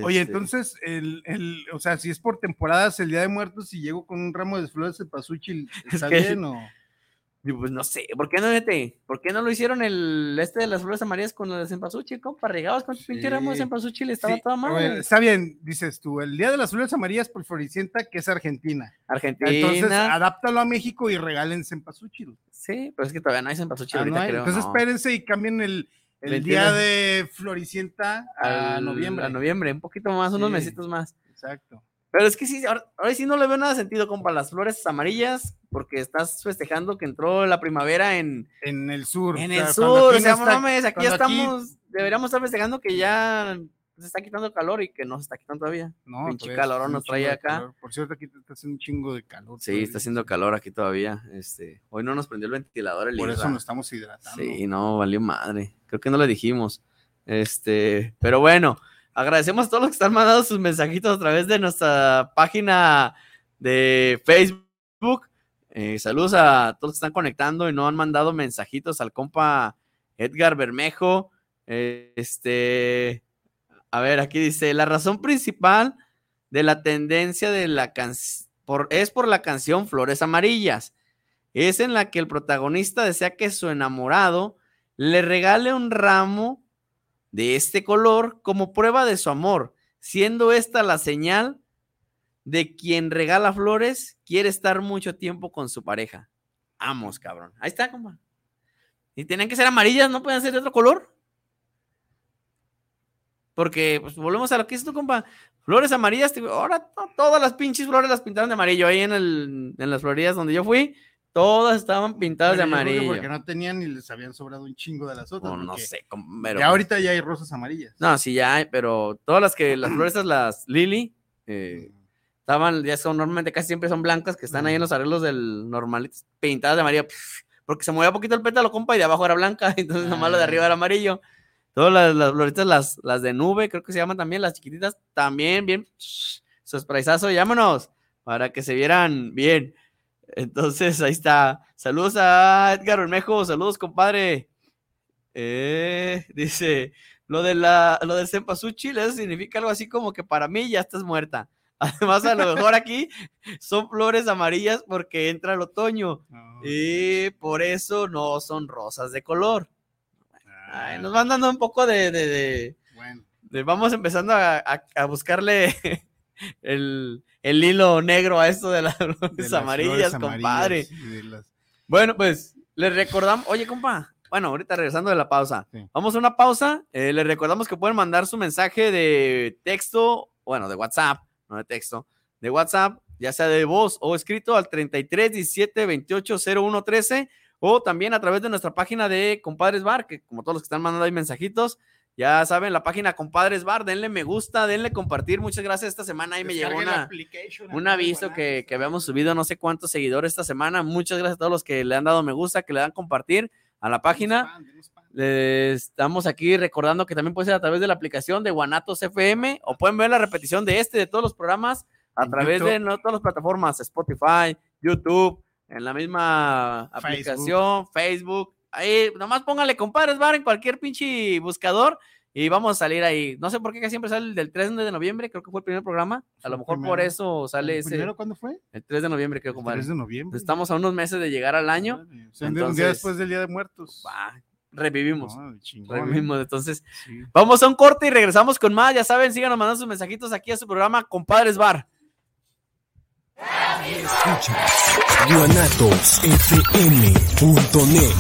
Oye, Este, entonces, el, el, o sea, si es por temporadas el Día de Muertos y llego con un ramo de flores de pasuchil, ¿está que- bien o...? digo, Pues no sé, ¿por qué no, nete? ¿Por qué no lo hicieron el este de las flores amarillas con las de cempasúchil, compa? Regabas con tus pinches ramos de Sí. cempasúchil, estaba Sí, toda pero madre. bueno, está bien, dices tú, el Día de las Flores Amarillas por Floricienta, que es Argentina. Argentina. Entonces, adáptalo a México y regalen cempasúchil. Sí, pero es que todavía no hay cempasúchil Ah, ahorita, no hay. creo, Entonces, no. espérense y cambien el, el Le Día entiendo. de Floricienta a Al- noviembre. A noviembre, un poquito más, unos Sí. mesitos más. Exacto. Pero es que sí, ahora, ahora sí no le veo nada de sentido, compa, las flores amarillas, porque estás festejando que entró la primavera en, En el sur. en o el sea, sur. cuando O aquí sea, no no está- mames, aquí cuando aquí- estamos, deberíamos estar festejando que ya se está quitando el calor y que no se está quitando todavía. No, pinche todavía calorón hace un nos trae chingo de acá. calor. Por cierto, aquí te está haciendo un chingo de calor. Sí, todavía. está haciendo calor aquí todavía. Este, hoy no nos prendió el ventilador el Por Isra. eso nos estamos hidratando. Sí, no, valió madre. Creo que no lo dijimos. Este, pero bueno, agradecemos a todos los que están mandando sus mensajitos a través de nuestra página de Facebook. Eh, saludos a todos los que están conectando y no han mandado mensajitos al compa Edgar Bermejo. Eh, este, a ver, aquí dice, la razón principal de la tendencia de la canción es por la canción Flores Amarillas es en la que el protagonista desea que su enamorado le regale un ramo de este color como prueba de su amor, siendo esta la señal de quien regala flores quiere estar mucho tiempo con su pareja. Amos, cabrón. Ahí está, compa. Y tenían que ser amarillas, no pueden ser de otro color. Porque, pues, volvemos a lo que es tu compa. Flores amarillas, te- ahora to- todas las pinches flores las pintaron de amarillo. Ahí en, el- en las florillas donde yo fui, Todas estaban pintadas de Pero yo creo que amarillo. Porque no tenían y les habían sobrado un chingo de las otras. O no porque sé, cómo- pero- ya ahorita ya hay rosas amarillas. No, sí, ya hay, pero todas las que, las flores, esas, las Lily, eh, estaban, ya son normalmente casi siempre son blancas que están ahí en los arreglos del normalito, pintadas de amarillo, pf, porque se movía poquito el pétalo, compa, y de abajo era blanca, <laughs> entonces nomás la de arriba era amarillo. Todas las, las floritas, las, las de nube, creo que se llaman también, las chiquititas, también bien, <sniffs> pf, su sprayzazo, llámanos, para que se vieran bien. Entonces, ahí está. Saludos a Edgar Olmejo, saludos, compadre. Eh, dice, lo de la, lo del cempasúchil, eso significa algo así como que para mí ya estás muerta. <laughs> Además, a lo mejor aquí son flores amarillas porque entra el otoño No. y por eso no son rosas de color. Ah, Ay, nos van dando un poco de, de- de- Bueno, de- vamos empezando a, a- a buscarle <laughs> el, el hilo negro a esto de las flores de las amarillas, flores compadre. amarillas y de las- Bueno, pues les recordamos, oye compa, bueno, ahorita regresando de la pausa, Sí. vamos a una pausa, eh, les recordamos que pueden mandar su mensaje de texto, bueno, de WhatsApp, no de texto, de WhatsApp, ya sea de voz o escrito al 33 17 28 01 13 o también a través de nuestra página de Compadres Bar, que como todos los que están mandando ahí mensajitos, ya saben, la página Compadres Bar, denle me gusta, denle compartir, muchas gracias, esta semana ahí me llegó Descargue la una application, un acá, aviso que, guanatos. que habíamos subido no sé cuántos seguidores esta semana. Muchas gracias a todos los que le han dado me gusta, que le dan compartir a la página. Denos pan, denos pan. Les Eh, estamos aquí recordando que también puede ser a través de la aplicación de Guanatos FM o pueden ver la repetición de este, de todos los programas a En través de YouTube. no, todas las plataformas, Spotify, YouTube, en la misma Facebook. aplicación, Facebook. Ahí, nomás póngale compadres bar en cualquier pinche buscador y vamos a salir ahí. No sé por qué que siempre sale el del 3 de noviembre, creo que fue el primer programa. A Fue lo el mejor por primero. eso sale ¿El ese. primero cuándo fue? El 3 de noviembre, creo, El 3 compadre. de noviembre. Estamos a unos meses de llegar al año. Madre, o sea, un día- un día Entonces- después del Día de Muertos. Bah, revivimos. No, chingón, ¿eh? Revivimos. Entonces, Sí. vamos a un corte y regresamos con más. Ya saben, síganos mandando sus mensajitos aquí a su programa Compadres Bar. Escuchas guanatosfm.net,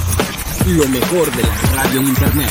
lo mejor de la radio en internet.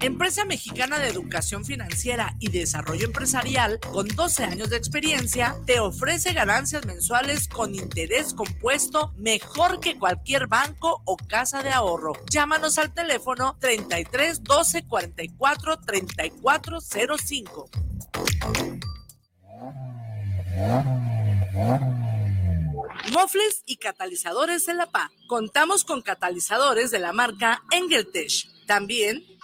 Empresa Mexicana de Educación Financiera y Desarrollo Empresarial, con 12 años de experiencia, te ofrece ganancias mensuales con interés compuesto mejor que cualquier banco o casa de ahorro. Llámanos al teléfono 33 12 44 34 05. Mofles y catalizadores de la PA. Contamos con catalizadores de la marca Engeltech. También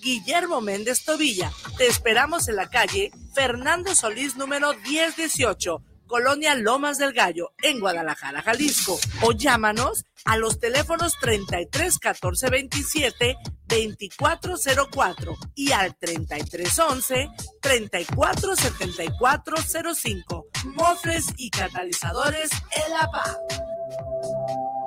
Guillermo Méndez Tobilla. Te esperamos en la calle Fernando Solís número 1018. Colonia Lomas del Gallo, en Guadalajara, Jalisco. O llámanos a los teléfonos 33 14 27 24 04 y al 33 11 34 74 05. mofres y catalizadores en la paz.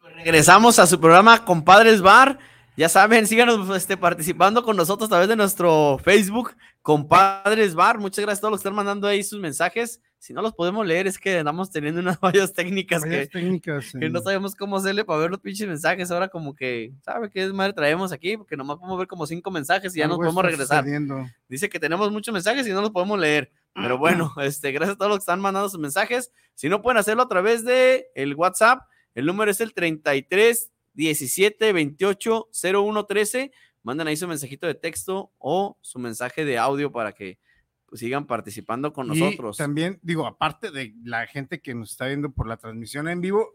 Pues Regresamos a su programa Compadres Bar. Ya saben, síganos este, participando con nosotros a través de nuestro Facebook, Compadres Bar. Muchas gracias a todos los que están mandando ahí sus mensajes. Si no los podemos leer, es que andamos teniendo unas <laughs> fallas técnicas Varias que, técnicas. que eh. no sabemos cómo hacerle para ver los pinches mensajes. Ahora, como que, ¿sabe qué madre traemos aquí? Porque nomás podemos ver como cinco mensajes y ya nos Algo podemos está regresar. sucediendo. Dice que tenemos muchos mensajes y no los podemos leer. Pero <clears throat> bueno, este, gracias a todos los que están mandando sus mensajes. Si no pueden hacerlo a través de el WhatsApp, el número es el 33 17 28 01 13. Mandan ahí su mensajito de texto o su mensaje de audio para que pues, sigan participando con Y nosotros. también, digo, aparte de la gente que nos está viendo por la transmisión en vivo,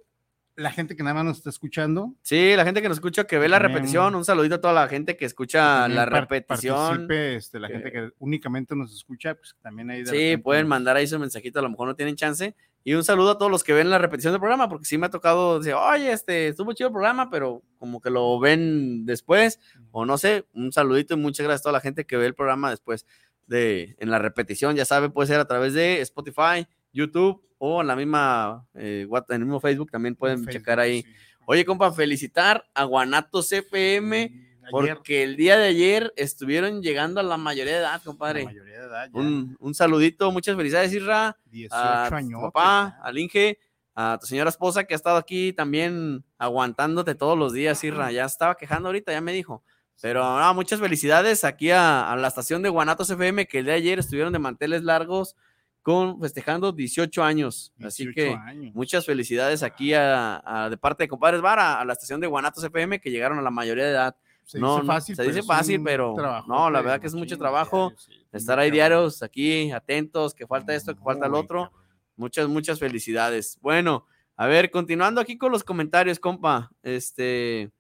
la gente que nada más nos está escuchando. Sí, la gente que nos escucha, que ve la También- repetición, un saludito a toda la gente que escucha también la par- repetición. participe, este, la gente Eh, que únicamente nos escucha, pues también ahí de Sí, repente pueden nos- mandar ahí su mensajito, a lo mejor no tienen chance. Y un saludo a todos los que ven la repetición del programa, porque sí me ha tocado decir, oye, este, estuvo chido el programa, pero como que lo ven después, o no sé, un saludito y muchas gracias a toda la gente que ve el programa después de, en la repetición, ya sabe, puede ser a través de Spotify, YouTube, o en la misma, eh, what- en el mismo Facebook también pueden checar ahí. Oye, compa, felicitar a Guanatos FM, porque el día de ayer estuvieron llegando a la mayoría de edad, compadre. de edad ya. Un, un saludito, muchas felicidades, Isra. 18 A tu añotes, papá, al Inge, a tu señora esposa que ha estado aquí también aguantándote todos los días, Isra. Ya estaba quejando ahorita, ya me dijo. Pero no, muchas felicidades aquí a, a la estación de Guanatos FM, que el día de ayer estuvieron de manteles largos con festejando 18 años. Así 18 que años. muchas felicidades aquí a, a- de parte de Compadres Vara, a la estación de Guanatos FM, que llegaron a la mayoría de edad. Se no, dice no, fácil, se pero dice es fácil, un pero trabajo, no, la pero verdad que es mucho chingo, trabajo estar ahí diarios aquí, atentos, que falta esto, que falta el otro. Muchas, muchas felicidades. Bueno, a ver, continuando aquí con los comentarios, compa. Este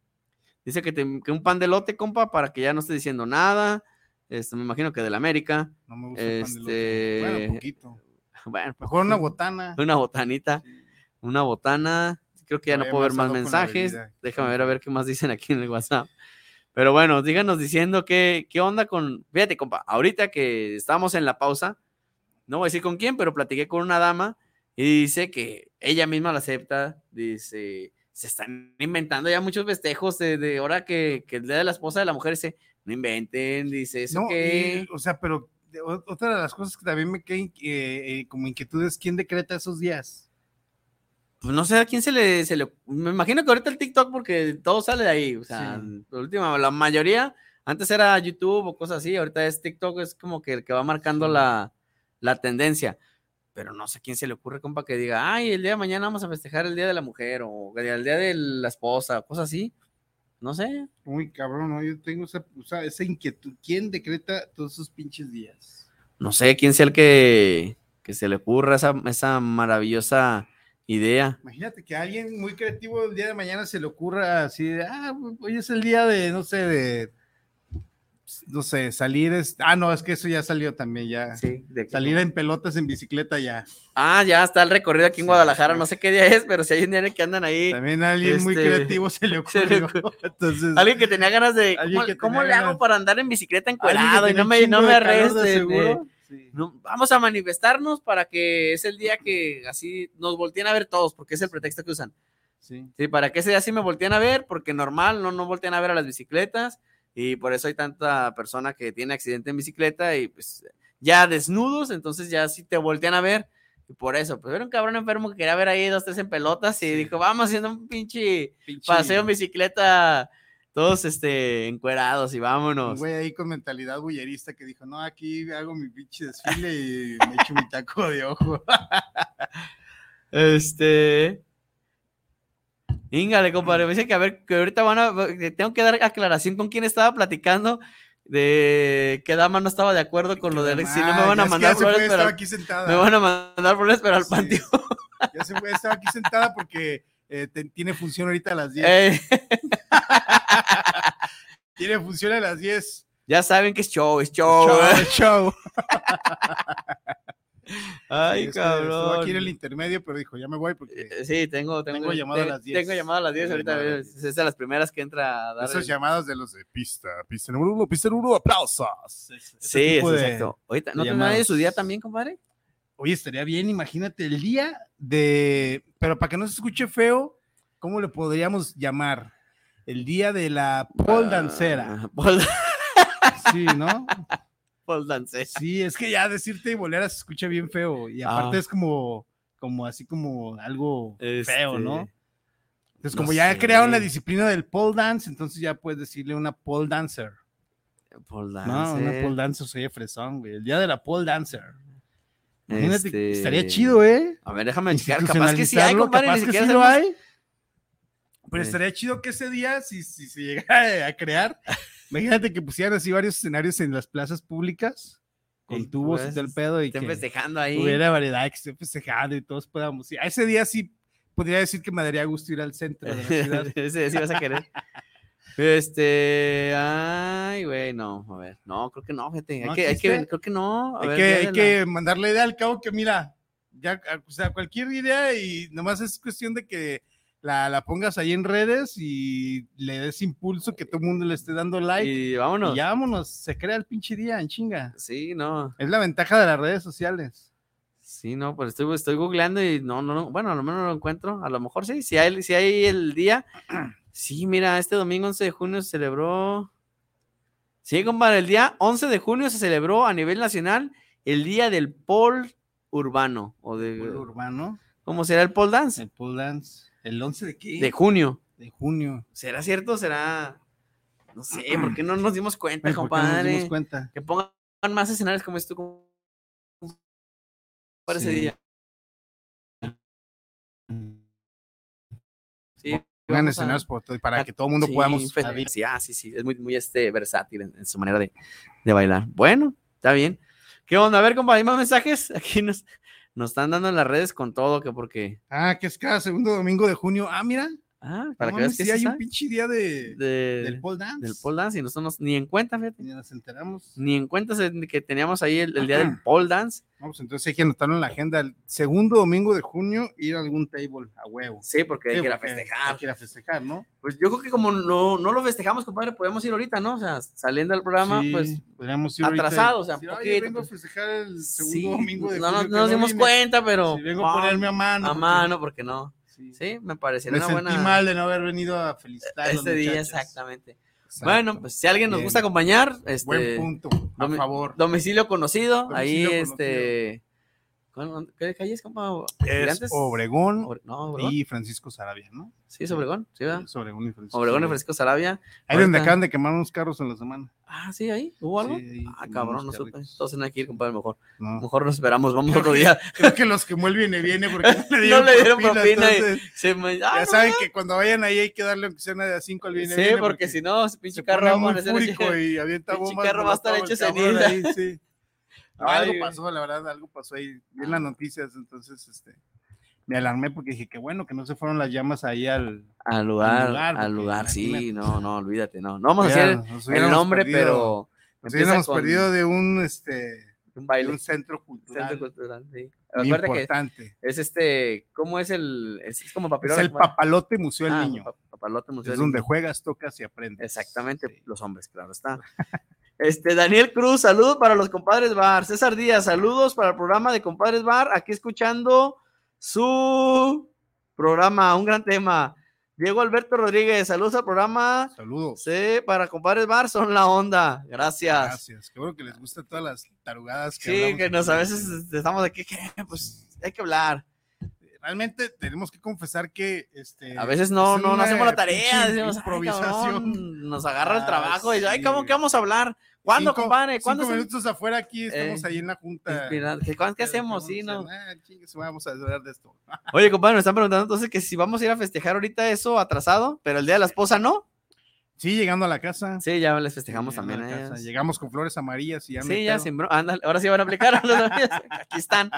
dice que, te- que un pan de lote, compa, para que ya no esté diciendo nada. Este, me imagino que del América. <laughs> No me gusta el pan de este, lote. Bueno, poquito. bueno, pues, Mejor una botana. una botanita, una botana. Creo que ya no Vaya puedo ver más envasado con la mensajes. bebida. Déjame ver a ver qué más dicen aquí en el WhatsApp. Pero bueno, díganos diciendo qué, qué onda con. Fíjate, compa, ahorita que estamos en la pausa, no voy a decir con quién, pero platiqué con una dama y dice que ella misma la acepta. Dice, se están inventando ya muchos festejos de, de ahora que, que el día de la esposa de la mujer dice, no inventen, dice, eso No, que. y, o sea, pero de- o- otra de las cosas que también me queda in- eh, eh, como inquietud es quién decreta esos días. Pues no sé a quién se le, se le- Me imagino que ahorita el TikTok, porque todo sale de ahí. O sea, por última, la mayoría. Antes era YouTube o cosas así. Ahorita es TikTok, es como que el que va marcando la, la tendencia. Pero no sé a quién se le ocurre, compa, que diga, ay, el día de mañana vamos a festejar el día de la mujer o el día de la esposa, cosas así. No sé. Uy, cabrón, no, yo tengo esa, o sea, esa inquietud. ¿Quién decreta todos esos pinches días? No sé quién sea el que, que se le ocurra esa, esa maravillosa idea. Imagínate que a alguien muy creativo el día de mañana se le ocurra así, de, ah, hoy es el día de, no sé, de, no sé, salir, es, ah, no, es que eso ya salió también, ya. Sí, de salir en pelotas en bicicleta ya. Ah, ya está el recorrido aquí en Guadalajara, no sé qué día es, pero si hay un día en el que andan ahí. También a alguien muy este, creativo <laughs> se le se le ocurrió. Entonces, Alguien que tenía ganas de, Alguien ¿cómo, que tenía cómo le ganas. hago para andar en bicicleta que encuerado y no tenía un me, no chingo me de calor de arresten? eh? seguro. No, vamos a manifestarnos para que es el día que así nos volteen a ver todos, porque es el pretexto que usan. Sí. Sí, para que ese día sí me voltean a ver, porque normal no no voltean a ver a las bicicletas y por eso hay tanta persona que tiene accidente en bicicleta y pues ya desnudos, entonces ya sí te voltean a ver y por eso, pues era un cabrón enfermo que quería ver ahí dos, tres en pelotas y dijo, vamos haciendo un pinche, paseo en bicicleta, todos este, encuerados y Un vámonos. güey ahí con mentalidad bullerista que dijo, no, aquí hago mi pinche desfile y me echo mi taco de ojo. Este. Íngale, compadre. Me dice que a ver, que ahorita van a. que Tengo que dar aclaración con quién estaba platicando. De que Dama no estaba de acuerdo <laughs> con lo de. Si no me Ah, van a ya es que mandar ya se flores, puede pero. estar aquí sentada. Me van a mandar flores, pero al panteón. Ya se fue, estaba aquí sentada porque eh, te- tiene función ahorita a <laughs> las 10. Ey. tiene función a las 10. Ya saben que es show, es show. <laughs> Show, <laughs> eh. show. Ay, Este, Estuvo cabrón. Eh, aquí en el intermedio, pero dijo, ya me voy porque Sí, tengo, tengo, Tengo llamada a las 10. Tengo llamada a las 10 Tengo ahorita. eh, llamada a las Es es de las primeras que entra a dar. esas el- llamadas de los de pista, pista número uno, pista número uno, aplausos. Ese- ese Sí, tipo de- exacto. Ahorita, ¿no de tendrá nadie llamadas. su día también, compadre? Oye, estaría bien, imagínate el día de, pero para que no se escuche feo, ¿cómo le podríamos llamar? El día de la Ah. pole <laughs> dancera. Sí, ¿no? Pole dancera. Sí, es que ya decirte y volver se escucha bien feo. Y aparte Ah. es como, como así como algo feo, ¿no? Este, Entonces, no como ya sé. crearon la disciplina del pole dance, entonces ya puedes decirle una pole dancer. Pole No, una dancer. pole dancer soy fresón, güey. El día de la pole dancer. Imagínate, Este, estaría chido, ¿eh? A ver, déjame checar. Capaz que sí hay, Institucionalizarlo, compadre. capaz ni que siquiera sí lo sabemos- hay. Pero Sí. estaría chido que ese día, si, si se llegara a <laughs> crear, imagínate que pusieran así varios escenarios en las plazas públicas, con tubos y pues, todo el pedo, y que Estén festejando ahí. hubiera variedad, que esté festejando y todos podamos. ir. a ese día sí podría decir que me daría gusto ir al centro <laughs> de la ciudad. Ese sí vas a querer. Este, ay, güey, no, a ver, no, creo que no, fíjate, hay ¿No que, hay que, existe? ver, creo que no, a hay ver, que, día hay de que la- mandar la idea al cabo que mira, ya, a- o sea, cualquier idea y nomás es cuestión de que la, la pongas ahí en redes y le des impulso, que todo el mundo le esté dando like. Y vámonos. Y ya vámonos, se crea el pinche día en chinga. Sí, no, Es la ventaja de las redes sociales. sí, no, pero estoy, estoy googleando y no, no, no, bueno, a lo menos no lo encuentro, a lo mejor sí, si hay, si hay el día, sí, mira, este domingo 11 de junio se celebró, sí, compadre, el día 11 de junio se celebró a nivel nacional el día del pol urbano, o de, El urbano, ¿cómo será el pole dance? el pole dance. ¿El 11 de qué? De junio. De junio. ¿Será cierto? ¿Será? No sé, <clears throat> ¿por qué no nos dimos cuenta, Ay, ¿por qué no nos compadre? dimos cuenta? Que pongan más escenarios como esto como- para ese Sí. Mm. día. Sí, Pongan vamos a- escenarios por todo- para a- que todo el mundo sí, podamos. festejar. Sí, ah, sí, sí, es muy, muy este, versátil en, en su manera de, de bailar. Bueno, está bien. ¿Qué onda? A ver, compadre, ¿hay más mensajes? <laughs> Aquí nos, nos están dando en las redes con todo, que porque... Ah, que es cada segundo domingo de junio. Ah, mira. Ah, para no que veas mames, que sí sí hay un sabe. pinche día de, de- del pole dance. del pole dance y nosotros nos- ni en cuenta, fíjate. Ni nos enteramos. Ni en cuenta se- que teníamos ahí el, el día del pole dance. Vamos, entonces hay que anotarlo en la agenda. El segundo domingo de junio, ir a algún table a huevo. Sí, porque hay Sí, que ir a porque festejar. Hay que ir a festejar, ¿no? Pues yo creo que como no, no lo festejamos, compadre, podemos ir ahorita, ¿no? O sea, saliendo del programa, Sí, pues podríamos ir ahorita y atrasado, o sea, decir, "Oye, poquito. vengo a pues, festejar el segundo sí, domingo de no, nos- junio no que nos dimos vine". cuenta, pero. Sí, vengo a ponerme a mano, A porque- mano, porque no. Sí. Sí, me parecería Me una sentí buena. mal de no haber venido a felicitar a los este día, muchachos. exactamente. Exacto. Bueno, pues si alguien nos Bien. gusta acompañar, este. Buen punto, a domi- favor. Domicilio conocido, ahí Domicilio este. ¿Cuál- ¿Qué calle es, compa? Es ¿Gigantes? Obregón, Obre- no, Obregón. y Francisco Sarabia, ¿no? Sí, es Obregón, sí, ¿verdad? Es Obregón y Francisco. Obregón y Francisco Sarabia. Ahí donde Ahorita- acaban de quemar unos carros en la semana. Ah, sí, ahí. ¿Hubo algo? Sí, ah, ahí, cabrón, unos no supe. Entonces no hay que ir, compadre, mejor. No. Mejor nos esperamos, vamos Creo otro que- día. <laughs> Creo que los que el viene, <laughs> viene porque no le dieron, No le dieron propina y entonces, se me- ah, ya no, saben ya. que cuando vayan ahí hay que darle aunque sea una de a cinco al viene. Sí, viene, porque, si no, ese pinche se carro pone va a muy amanecer hecho- <laughs> fúrico y avienta pinche bombas carro va a estar molotov, hecho el cabrón ceniza. ahí, sí. No, <laughs> Ay, algo güey. Ah. pasó, la verdad, algo pasó ahí. Vi en las noticias, entonces este, me alarmé porque dije que bueno que no se fueron las llamas ahí al, Al lugar, al lugar, porque sí, imagínate. no, no, olvídate, no. No vamos a Ya, hacer nos el hubiéramos nombre, perdido- pero. Nos empieza hubiéramos con perdido de un, este, un baile. de un centro cultural. Centro cultural, sí. Muy Acuérdate que importante. es este, ¿cómo es el? Es, es como Es papirón. el Papalote Museo del Niño. Ah, papalote museo es del donde niño. juegas, tocas y aprendes. Exactamente, los hombres, claro está. Este, Daniel Cruz, saludos para los compadres Bar. César Díaz, saludos para el programa de compadres Bar. Aquí escuchando su programa, un gran tema. Diego Alberto Rodríguez, saludos al programa. Saludos. Sí, para compadres Bar son la onda. Gracias. Gracias. Qué bueno que les gusta todas las tarugadas que Sí, hablamos que aquí. nos a veces estamos aquí, que, pues hay que hablar. Realmente tenemos que confesar que este, A veces no, es no, no una hacemos la tarea, pinche decimos, "Ay, cabrón, nos agarra el Ah, trabajo y, ay, sí, ¿cómo güey. que vamos a hablar? ¿Cuándo, Cinco- compadre? ¿Cuándo? cinco se- minutos afuera aquí estamos Eh, ahí en la junta. inspira- ¿Qué, cuándo- qué hacemos? Sí, no. Ah, chingues, vamos a hablar de esto. Oye, compadre, me están preguntando entonces que si vamos a ir a festejar ahorita eso atrasado, pero el día de la esposa no. Sí, llegando a la casa. Sí, ya les festejamos Llegando a también. la a casa, ellas. Llegamos con flores amarillas y ya no hay sí, ya pedo. sin bro- ándale, ahora sí van a aplicar. <laughs> Aquí están.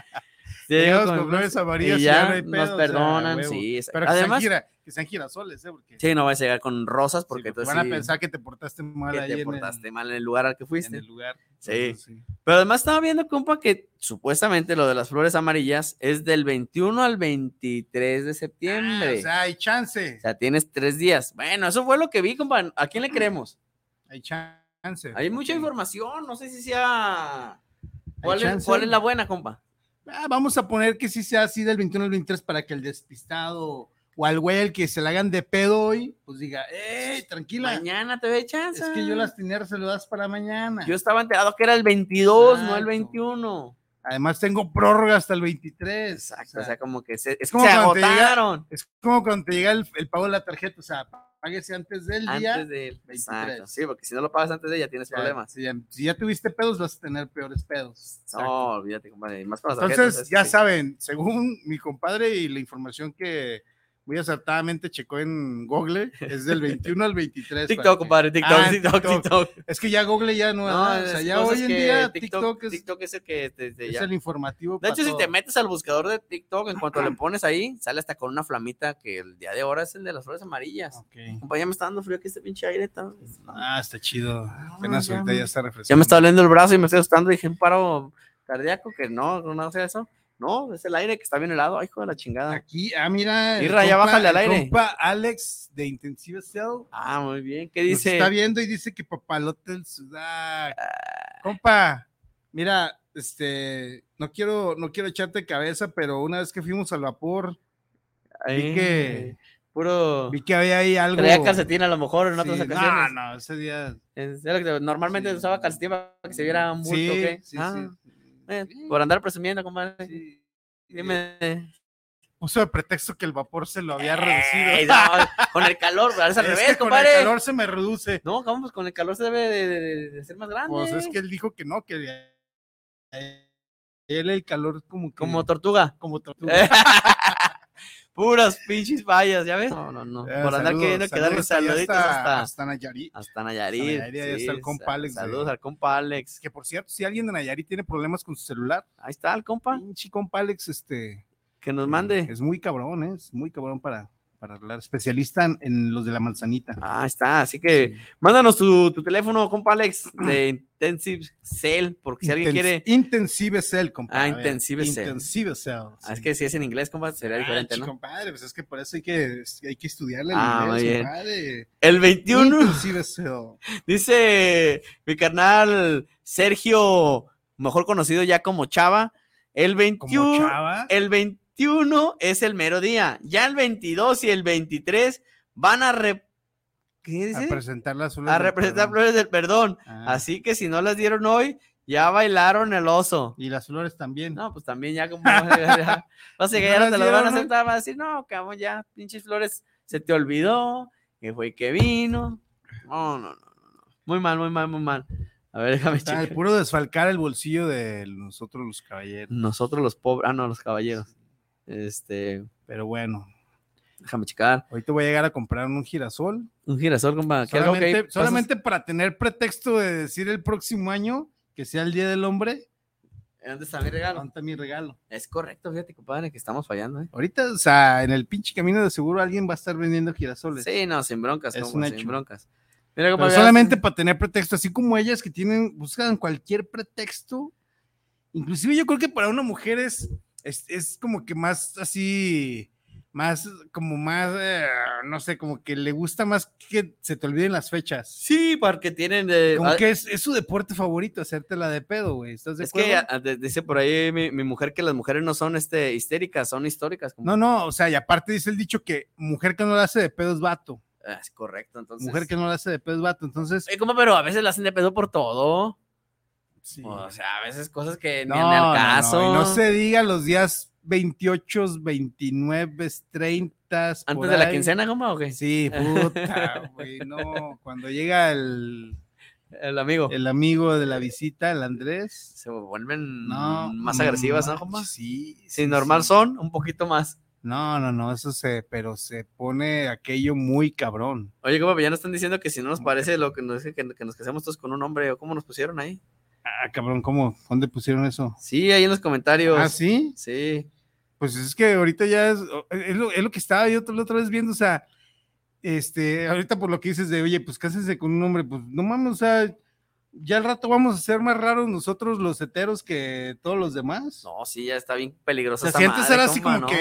Ya Llegamos llegó con el- flores amarillas y y ya ya no hay nos pedo, o sea, perdonan, huevo. sí. exacto. Pero que sean, Además, gira- que sean girasoles, ¿eh? Porque sí, no vas a llegar con rosas porque te entonces pues van sí, a pensar que te portaste mal que ahí te en el- portaste mal en el lugar al que fuiste. en el lugar. Sí. Entonces, sí. Ah, Pero además estaba viendo, compa, que supuestamente lo de las flores amarillas es del 21 al 23 de Ah, septiembre. o sea, hay chance. O sea, tienes tres días. Bueno, eso fue lo que vi, compa. ¿A <clears throat> quién le creemos? Hay chance. Hay mucha información, no sé si sea. ¿Cuál, es, chance. cuál es la buena, compa? Ah, vamos a poner que sí sea así del 21 al 23 para que el despistado o al güey al que se la hagan de pedo hoy, pues diga, ¡eh, tranquila! Mañana te ve chance. Es que yo las tenía reservadas para mañana. Yo estaba enterado que era el 22, no el Exacto. 21. Además tengo prórroga hasta el 23. Exacto, o sea, sea, como que se, es como que se cuando te llega- agotaron. Es como cuando te llega el, el pago de la tarjeta, o sea, páguese antes del día. Antes de él. 23. Exacto, sí, porque si no lo pagas antes de ella tienes Ya, problemas. Si ya, si ya tuviste pedos, vas a tener peores pedos. No, olvídate, compadre. y Más con las tarjetas, Entonces, eso ya sí. saben, según mi compadre y la información que muy acertadamente checó en Google, es del 21 al 23. para TikTok, que- compadre, TikTok, Ah, en TikTok, TikTok, Es que ya Google ya no, No, ah, o sea, es ya cosas hoy en que día TikTok, TikTok, es, TikTok es el que te- te- es ya. el informativo. De para hecho, si todo. te metes al buscador de TikTok, en cuanto le pones ahí, sale hasta con una flamita que el día de ahora es el de las flores amarillas. Ok. Compa, ya me está dando frío aquí este pinche aire. está- Ah, está chido. Apenas ya ahorita me- ya está Ya refrescando. me está doliendo el brazo y me estoy asustando. Dije, un paro cardíaco, que no, no sea eso. No, es el aire que está bien helado. Ay, hijo de la chingada. Aquí, ah, mira. el Irra, ya compa- bájale al el aire. compa Alex de Intensive Cell Ah, muy bien. ¿Qué nos dice? Pues está viendo y dice que papalote el sudac. Ah. Compa, mira, este, no quiero, no quiero echarte cabeza, pero una vez que fuimos al vapor, vi Ay, que, Puro. vi que había ahí algo. Eh. Traía calcetín a lo mejor en Sí, otras no, ocasiones. no, ese día. Es- era lo que- Normalmente usaba calcetín para que se viera mucho. Sí, ¿qué? sí, Ah, sí. eh, por andar presumiendo, compadre. Dime. Puso de pretexto que el vapor se lo había Ey, reducido. no, con el calor, es Eh, al <laughs> Es revés, que con compadre. el calor se me reduce. No, vamos, pues con el calor se debe de, de- de ser más grande. Pues es que él dijo que no, que eh, él el calor como que- Como Eh. tortuga. como tortuga. <laughs> Puras pinches vallas, ¿ya ves? No, no, no. Eh, por andar saludos, queriendo quedarle saludos allá saluditos hasta- hasta, hasta, hasta Nayarit. Nayarit. Hasta Nayarit, ahí está el compa sa- Alex eh. de- Saludos al compa Alex. Que por cierto, si alguien de Nayarit tiene problemas con su celular, Ahí está el compa. pinche compa Alex, este, Que nos mande. es muy cabrón, ¿eh? es muy cabrón para, para hablar. Especialista en, en los de la manzanita. Ah, está. Así que mándanos tu, tu teléfono, compa Alex, <clears throat> de Intensive Cell, porque si alguien Intens- quiere. Intensive Cell, compa. Ah, a ver, Intensive Cell. Intensive Cell. Ah, es que si es en inglés, compa, sería Ah, diferente, chi, ¿no? compadre, pues es que por eso hay que, hay que estudiarle el Ah, muy inglés, bien. compadre. El 21. Intensive Cell. Dice mi carnal Sergio, mejor conocido ya como Chava, el 21, chava? el 21 es el mero día, ya el 22 y el 23 van a, re- ¿qué A dice? presentar las a representar flores del perdón, Ah. así que si no las dieron hoy, Ya bailaron el oso. Y las flores también. No, pues también ya como... <laughs> ya- Vas a llegar, No te las las van a dieron, ¿no? ¿eh? aceptar, vas a decir, no, cabrón, ya, pinches flores, se te olvidó, que fue que vino. No, no, no, no. no. Muy mal, muy mal, muy mal. A ver, déjame Está el checar. puro desfalcar el bolsillo de nosotros los caballeros. Nosotros los pobres, ah, no, los caballeros. Este, Pero bueno. Déjame checar. Ahorita voy a llegar a comprar un girasol. un girasol, compa. Ah, que algo que ahí Solamente, pasas- solamente para tener pretexto de decir el próximo año que sea el Día del Hombre. ¿Dónde está mi regalo? ¿Dónde está mi regalo? Es correcto, fíjate, compadre, que estamos fallando, ¿eh? Ahorita, o sea, en el pinche camino de seguro alguien va a estar vendiendo girasoles. Sí, no, sin broncas, Es compa, un sin hecho. broncas. Mira, Pero compa, veas- solamente para tener pretexto, así como ellas que tienen, buscan cualquier pretexto. Inclusive yo creo que para una mujer es, es, es como que más así, más, como más, eh, no sé, como que le gusta más que se te olviden las fechas. Sí, porque tienen... eh, Como ah, que es, es su deporte favorito, hacerte la de pedo, güey. ¿Estás de Es acuerdo? que ah, de- dice por ahí mi, mi mujer que las mujeres no son este, histéricas, son históricas. compa. No, no, o sea, y aparte dice el dicho que mujer que no la hace de pedo es vato. Ah, Es correcto, entonces. Mujer que no la hace de pedo es vato. Entonces, Eh, compa, pero a veces la hacen de pedo por todo. O sea, a veces cosas que no, ni ni al no, no, caso. y no se diga los días 28, 29, 30. Antes de la quincena, compa, o qué? Sí, puta, <laughs> güey, no. Cuando llega el, El amigo. el amigo de la visita, el Andrés. Se vuelven No, Mm, más agresivas, ¿no, compa? manches, Sí. Si normal son, un poquito más. No, no, no, eso se, pero se pone aquello muy cabrón. Oye, compa, pero ya nos están diciendo que si no nos parece lo que nos que, que nos casemos todos con un hombre, o cómo nos pusieron ahí. Ah, cabrón, ¿cómo? ¿Dónde pusieron eso? Sí, ahí en los comentarios. ¿Ah, sí? Sí. Pues es que ahorita ya es, e, es, lo, es lo que estaba yo la otra vez viendo, o sea, este, ahorita por lo que dices de, oye, pues cásense con un hombre, pues no mames, o sea, ya al rato vamos a ser más raros nosotros los heteros que todos los demás. No, sí, ya está bien peligrosa. O sea, esa si antes madre, era así compa, como ¿no?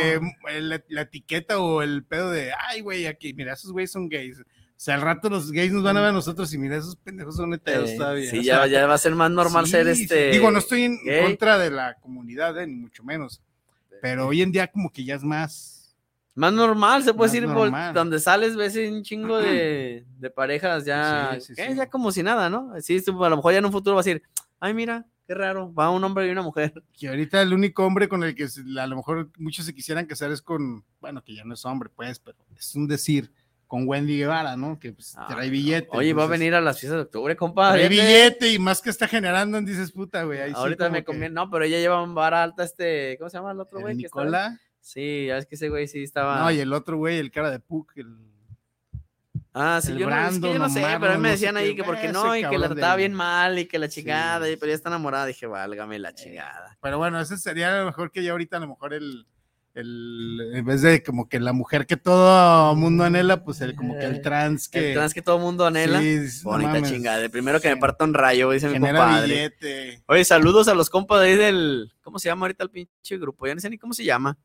que eh, la, la etiqueta o el pedo de, ay, güey, aquí, mira, esos güeyes son gays. O sea, al rato los gays nos van a ver a nosotros y mira, esos pendejos son heteros Eh, todavía. Mm. Sí, o ya, sea, ya va a ser más normal ser Sí, sí. este. Digo, no estoy en gay. contra de la comunidad, eh, ni mucho menos. Pero hoy en día como que ya es más. Más normal, se puede Más decir, vol- normal. donde sales ves un chingo <clears throat> de, de parejas ya, Sí, sí, ¿qué? sí. ya como si nada, ¿no? Sí, tú, a lo mejor ya en un futuro vas a decir, ay, mira, qué raro, va un hombre y una mujer. Que ahorita el único hombre con el que se- a lo mejor muchos se quisieran casar es con, bueno, que ya no es hombre, pues, pero es un decir, con Wendy Guevara, ¿no? Que pues, <laughs> trae billete. Ah, Oye, va a entonces, venir a las fiestas de octubre, compa. Trae fíjate. billete y más que está generando, dices, puta, güey. ahí sí Ahorita como me que- conviene, no, pero ella lleva un vara alta este, ¿cómo se llama el otro ¿El güey? que Ah. estaba- Nicola? Sí, ya es que ese güey sí estaba. No, y el otro güey, el cara de Puck, el... Ah, sí, el yo, no, es que yo Brandon, no sé, Omar, pero a mí no, me no sé decían ahí qué, eh, que porque ese no, y que la cabrón trataba del- bien mal y que la chingada, y- pero ya está enamorada, dije, válgame la chingada. Pero bueno, ese sería a lo mejor que ya ahorita a lo mejor el, el en vez de como que la mujer que todo mundo anhela, pues el como que el trans que Eh, El trans que todo mundo anhela. Sí, dices, no Bonita mames, chingada. El primero que me parta un rayo, dice mi genera compadre. billete. Oye, saludos a los compas de ahí del. ¿Cómo se llama ahorita el pinche grupo? Ya no sé ni cómo se llama.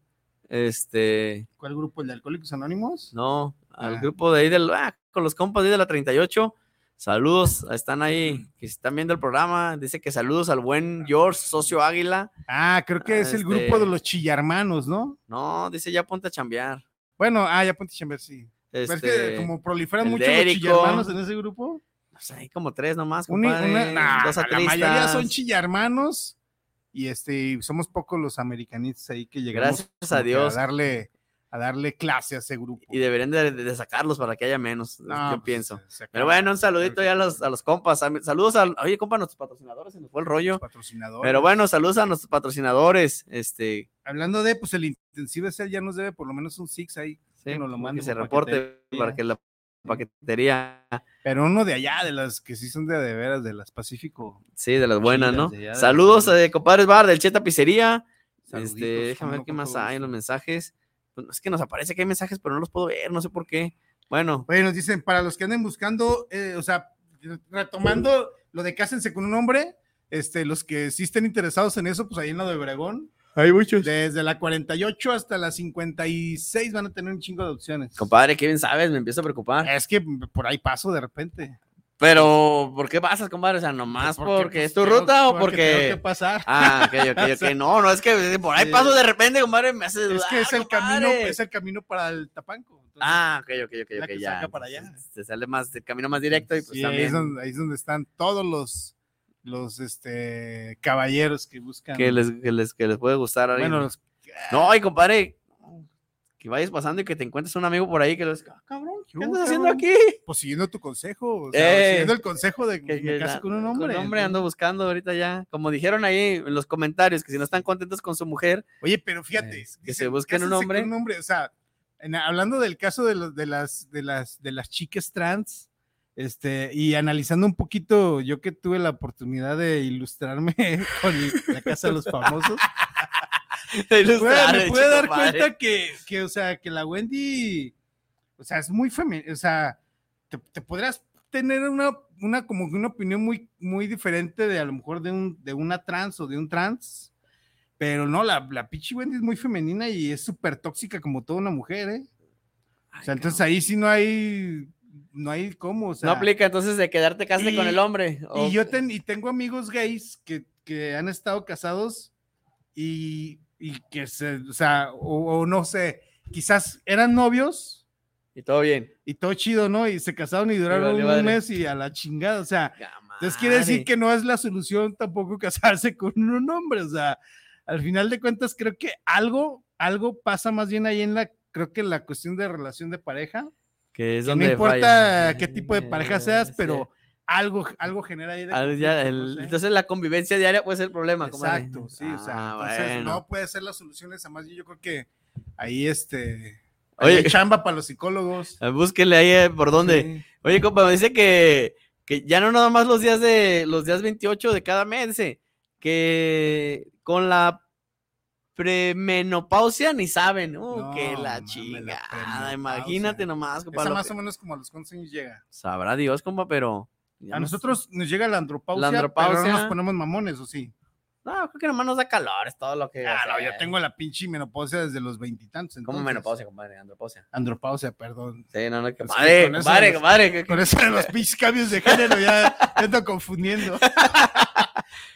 Este. ¿Cuál grupo? ¿El de Alcohólicos Anónimos? No, al Ah. grupo de ahí del. ah, con los compas de ahí de la 38. Saludos, están ahí, que están viendo el programa. Dice que saludos al buen George, socio Águila. Ah, creo que es el Este- grupo de los chillarmanos, ¿no? No, dice ya ponte a chambear. Bueno, ah, ya ponte chamber, sí. Pero Pues es que Este, como proliferan el mucho Dérico. los chillarmanos en ese grupo. o sea, hay como tres nomás, Una- compadre, una- nah, dos la mayoría atlistas. son chillarmanos y este y somos pocos los americanistas ahí que llegamos Gracias como a que Dios. a darle a darle clase a ese grupo. y deberían de, de sacarlos para que haya menos. No, yo pues, pienso. se- se acabó. Pero bueno, un saludito ya a los, a los compas. a mi- Saludos a, oye, compa, a nuestros patrocinadores, se nos fue el rollo. patrocinadores. Pero bueno, saludos a nuestros patrocinadores. Este, hablando de pues el intensivo ese ya nos debe por lo menos un six ahí sí, que nos lo como manden que se por reporte paquetería. para que la paquetería, Pero uno de allá de las que sí son de, de veras de las Pacífico. sí, de las buenas, Chidas, ¿no? de allá, de Saludos las de compadres Bar del Che Tapicería. Este, Saluditos, déjame cómo ver no, qué con más todo hay en los mensajes. Pues, Es que nos aparece que hay mensajes, pero no los puedo ver, no sé por qué. Bueno, Oye, nos dicen para los que anden buscando, eh, o sea, retomando lo de cásense con un hombre, este, los que sí estén interesados en eso, pues ahí en la de Obregón. Hay muchos. Desde la 48 hasta la 56 van a tener un chingo de opciones. compadre, qué bien sabes, me empiezo a preocupar. Es que por ahí paso de repente. Pero, ¿por qué pasas, compadre? O sea, nomás Pues porque, porque, pues, es tu tengo- ruta o porque tengo porque. que <laughs> pasar. Ah, ok, ok, ok. O sea, no, no, es que por ahí sí. paso de repente, compadre, me hace dudar. Es que es el compadre. camino, es el camino para el Tapanco. Entonces, Ah, ok, ok, ok, la ok, que ya. saca para allá. Se sale más, el camino más directo y pues sí, ahí, también. es donde, ahí es donde están todos los, los este, caballeros que buscan. Que les, que les, que les puede gustar. a alguien. Bueno, los- No, ay, compadre. Que vayas pasando y que te encuentres un amigo por ahí que los. Cabrón, ¿qué andas haciendo cabrón? aquí? Pues siguiendo tu consejo, o sea, Eh. siguiendo el consejo de que Que- me que caso la- con un hombre. Con hombre ando buscando ahorita ya. Como dijeron ahí en los comentarios, que si no están contentos con su mujer. Oye, pero fíjate. Eh, que se busquen un Cásense hombre. con un hombre, o sea, en- hablando del caso de, los- de las, de, las, de las chicas trans, este, y analizando un poquito, yo que tuve la oportunidad de ilustrarme <laughs> con la casa de <laughs> los famosos, Ilustrar, güey, me el pude chico dar padre. cuenta que, que, o sea, que la Wendy, o sea, es muy femenina, o sea, te, te podrías tener una, una como que una opinión muy, muy diferente de a lo mejor de, un, de una trans o de un trans, pero no, la, la pinche Wendy es muy femenina y es súper tóxica como toda una mujer, ¿eh? O sea, entonces ahí sí no hay, no hay cómo, o sea. no aplica entonces de quedarte casaste con Y- el hombre. o- Y yo ten- y tengo amigos gays que, que han estado casados y, y que se, o sea, o, o no sé, quizás eran novios. Y todo bien. Y todo chido, ¿no? Y se casaron y duraron valió un madre. mes y a la chingada, o sea. Entonces quiere decir madre. que no es la solución tampoco casarse con un hombre, o sea, al final de cuentas creo que algo, algo pasa más bien ahí en la, creo que en la cuestión de relación de pareja. que es Que donde no importa falla. Eh, qué tipo de <laughs> pareja seas, pero algo, algo genera ahí. de Ah, ya, conflicto, el- no sé. Entonces la convivencia diaria puede ser el problema. comadre. Exacto, sí, o sea, Ah, entonces bueno. no puede ser la solución esa más. Yo creo que ahí este. ahí Oye. hay chamba para los psicólogos. Ah, Búsquenle ahí eh, por dónde. Sí. Oye, compa, me dice que, que ya no nada más los días de los días 28 de cada mes, dice, que con la premenopausia ni saben. Uh, que la chingada. Imagínate nomás, compa. Esa lo más que- o menos como a los 11 años llega. Sabrá Dios, compa, pero. ya A nos- nosotros nos llega la andropausia, La pero no andropausia. nos ponemos mamones, ¿o sí? No, creo que nomás nos da calor, es todo lo que. Ah, o no, sea, yo tengo la pinche menopausia desde los veintitantos. ¿Cómo entonces. menopausia, compadre? Andropausia. Andropausia, perdón. Sí, no, no, que Es que madre, Pues con eso compadre, de los- compadre, que- Con eso de los pinches cambios de género ya te ando <laughs> confundiendo.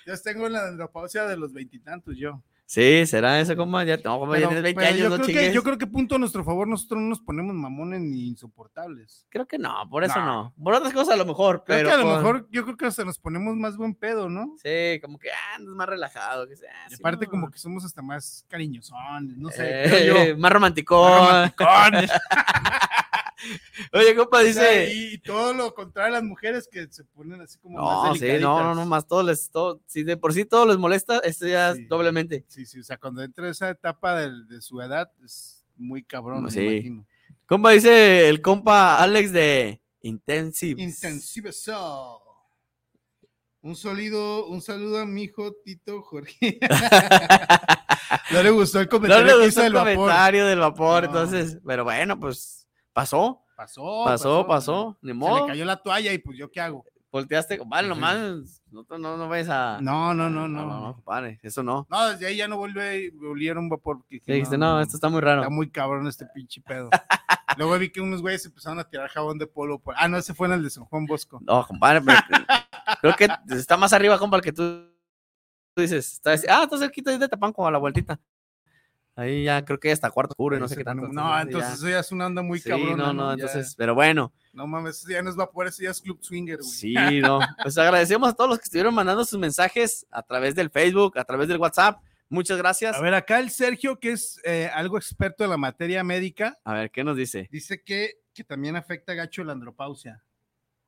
yo tengo la andropausia de los veintitantos, yo. Sí, será eso, compa. Ya, no, compa, ya Pero- tienes 20 pero años, yo, no creo que, chingues. yo creo que punto a nuestro favor, nosotros no nos ponemos mamones ni insoportables. Creo que no, por eso no. Por otras cosas a lo mejor, Creo pero. que a lo por- mejor, yo creo que hasta nos ponemos más buen pedo, ¿no? Sí, como que ah, andas más relajado. Que sea, Y sí, aparte, no. como que somos hasta más cariñosones, no sé. Eh, <laughs> creo yo. más romántico. Más <laughs> romanticón. Oye, compa, O sea, dice. Y todo lo contrario a las mujeres que se ponen así como No, más sí, no, no, delicaditas. no, más todo les. Todo, si de por sí todo les molesta, esto ya es doblemente. Sí, sí, o sea, cuando entra esa etapa del- de, su edad es muy cabrón, me Pues Sí. imagino. Compa, dice el compa Alex de Intensive. Intensive Soul. Un saludo, un saludo a mi hijo Tito Jorge. <laughs> no le gustó el comentario No que le gustó hizo el del vapor. comentario del vapor, No. Oh, entonces. Pero bueno, pues pasó. Pasó, Pasó, pasó, ni Se modo. le cayó la toalla y pues yo qué hago. Volteaste, compadre, nomás. No, no, no vayas a. No, no, no, a- no. a- no, compadre, eso no. No, desde ahí ya no volvió volvieron vapor. porque dije, Sí, dijiste, no, esto está muy raro. Está muy cabrón este pinche pedo. Luego vi que unos güeyes empezaron a tirar jabón de polo. por- Ah, no, ese fue en el de San Juan Bosco. No, compadre, pero creo que está más arriba, compa, el que tú, tú dices. Está, ah, está cerquita ahí de Tapanco, a la vueltita. Ahí ya creo que hasta cuarto cubre, no sé qué tanto. No, entonces eso ya- ya es una onda muy Sí, cabrona. no, no, Ya- entonces, pero bueno, No mames, eso ya no es vapor, eso ya es Club Swinger, güey. sí, no. Pues agradecemos a todos los que estuvieron mandando sus mensajes a través del Facebook, a través del WhatsApp. Muchas gracias. A ver, acá el Sergio, que es eh, algo experto de la materia médica, A ver, ¿qué nos dice? dice que, que también afecta gacho la andropausia.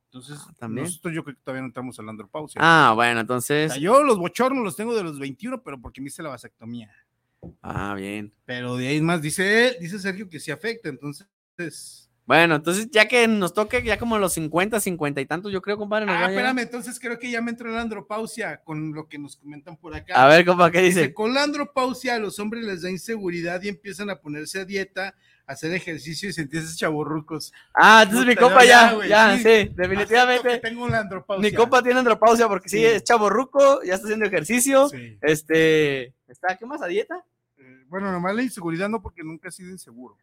Entonces, Ah, ¿también? nosotros yo creo que todavía no entramos a la andropausia. Ah, bueno, O entonces. sea, yo los bochornos los tengo de los 21, pero porque me hice la vasectomía. Ah, bien. Pero de ahí en más, dice él, dice Sergio que sí afecta, entonces. Bueno, entonces ya que nos toque, ya como los 50, 50 y tantos, yo creo, compadre. nos va Ah, a llegar. espérame, entonces creo que ya me entró la andropausia con lo que nos comentan por acá. A ver, compa, ¿qué dice? Con la andropausia a los hombres les da inseguridad y empiezan a ponerse a dieta, a hacer ejercicio y sentirse chaborrucos. Ah, entonces mi Puta, compa ya, güey, ya, sí, Acepto definitivamente. que Tengo la andropausia. Mi compa tiene andropausia porque sí, Sí. es chaborruco, ya está haciendo ejercicio. Sí. Eh, Este, está, ¿qué más a dieta? Bueno, nomás la inseguridad no, porque nunca he sido inseguro.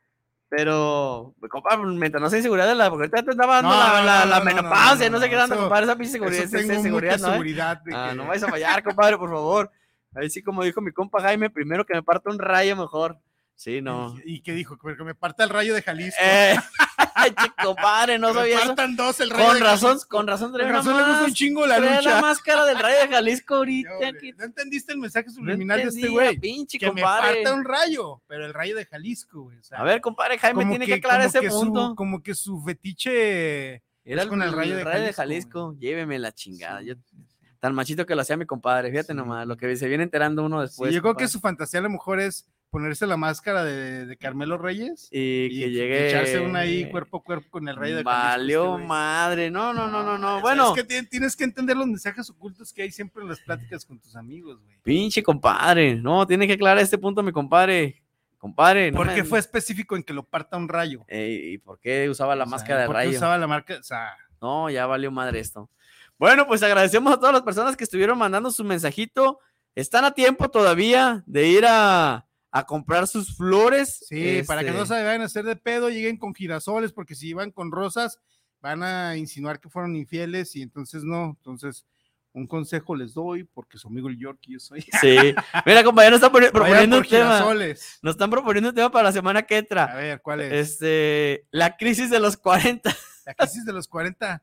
Pero, compa, mientras no sea inseguridad de la, porque ahorita te andaba dando No, la, no, la, no, la no, menopausia, no, no, sé qué no, tanto, eso- compadre, esa pinche seguridad, eso esa tengo seguridad, mucha ¿no? eh? seguridad de Ah, que- no vais a fallar, compadre, por favor. Ahí sí, como dijo mi compa Jaime, primero que me parta un rayo mejor. Sí, no. ¿Y qué dijo? Que me parta el rayo de Jalisco. Eh. <laughs> Ay, che, compadre, no sabía eso. Faltan dos el rayo Con de razón, Jalisco. con razón trae Con la razón le gusta más- un chingo la trae lucha. la máscara del rayo de Jalisco ahorita. No, hombre, que- no entendiste el mensaje No subliminal de este entendí, güey. pinche Que me compadre. falta un rayo, pero el rayo de Jalisco, güey. o sea, A ver, compadre, Jaime como tiene que aclarar como ese que su- punto. como que su fetiche Era es el, con el rayo de Jalisco. Jalisco. Lléveme la chingada. yo- tan machito que lo hacía mi compadre. Fíjate nomás, lo que se viene enterando uno Sí, después. yo creo que compadre. su fantasía a lo mejor es ponerse la máscara de, de Carmelo Reyes Y que llegue- echarse una ahí cuerpo a cuerpo con el rayo de Jalisco. Valió este güey. madre. No, no, no, no, no. ¿Sabes Bueno, qué? Tien- tienes que entender los mensajes ocultos que hay siempre en las pláticas con tus amigos, güey. pinche compadre. No, tiene que aclarar este punto, mi compadre. Compadre. no ¿Por me- qué fue específico en que lo parta un rayo? Ey, ¿Y por qué usaba la O sea, máscara de Pues, ¿por qué rayo? usaba la marca? O sea, No, ya valió madre esto. Bueno, pues agradecemos a todas las personas que estuvieron mandando su mensajito. Están a tiempo todavía de ir a, a comprar sus flores. sí, para que no Este, se vayan a hacer de pedo, lleguen con girasoles, porque si van con rosas, van a insinuar que fueron infieles y entonces no. Entonces, un consejo les doy, porque su amigo el York y yo soy. <laughs> Sí. Mira, compañero, nos están poni- <laughs> proponiendo por un tema. girasoles. Nos están proponiendo un tema para la semana que entra. A ver, ¿cuál es? Este, la crisis de los 40. La crisis de los 40.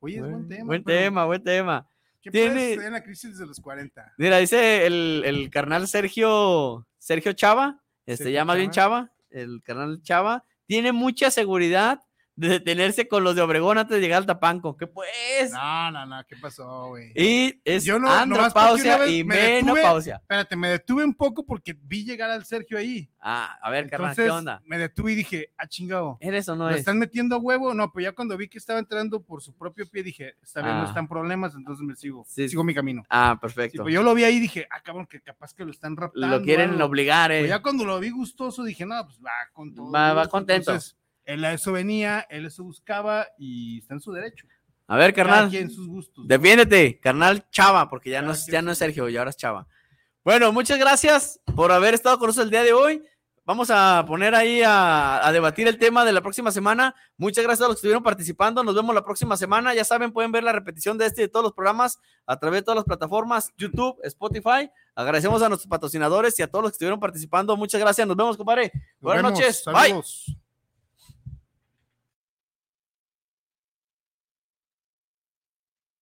Oye, es buen tema. Buen pero tema, buen tema. ¿Qué puede Tiene- suceder en la crisis de los 40? Mira, dice el, el carnal Sergio, Sergio Chava, este, Sergio ya más bien Chava, el carnal Chava, tiene mucha seguridad de detenerse con los de Obregón antes de llegar al Tapanco. ¿Qué pues? No, no, no, ¿qué pasó, güey? Y es Ah, eh, Yo no, nomás porque una andropausia vez y me detuve- menopausia. Espérate, me detuve un poco porque vi llegar al Sergio ahí. Ah, a ver, carnal, ¿qué Entonces onda? me detuve y dije, ah, chingado. ¿Eres o no ¿Me es? están metiendo a huevo? No, pues ya cuando vi que estaba entrando por su propio pie, dije, está bien, no Ah. están problemas, entonces me sigo. Sí. Sigo mi camino. Ah, Sí, perfecto. pues yo lo vi ahí y dije, ah, cabrón, que capaz que lo están raptando. Lo quieren algo". obligar, eh. Pues ya cuando lo vi gustoso, dije, no, pues va con todo. Va- va gusto". contento. Entonces, él a eso venía, él eso buscaba y está en su derecho. A ver, Cada carnal. quien sus gustos. Defiéndete, carnal Chava, porque ya no, es, ya no es Sergio, ya ahora es Chava. Bueno, muchas gracias por haber estado con nosotros el día de hoy. Vamos a poner ahí a, a debatir el tema de la próxima semana. Muchas gracias a los que estuvieron participando. Nos vemos la próxima semana. Ya saben, pueden ver la repetición de este y de todos los programas a través de todas las plataformas, YouTube, Spotify. Agradecemos a nuestros patrocinadores y a todos los que estuvieron participando. Muchas gracias. Nos vemos, compadre. Nos Buenas vemos, noches. Bye. saludos.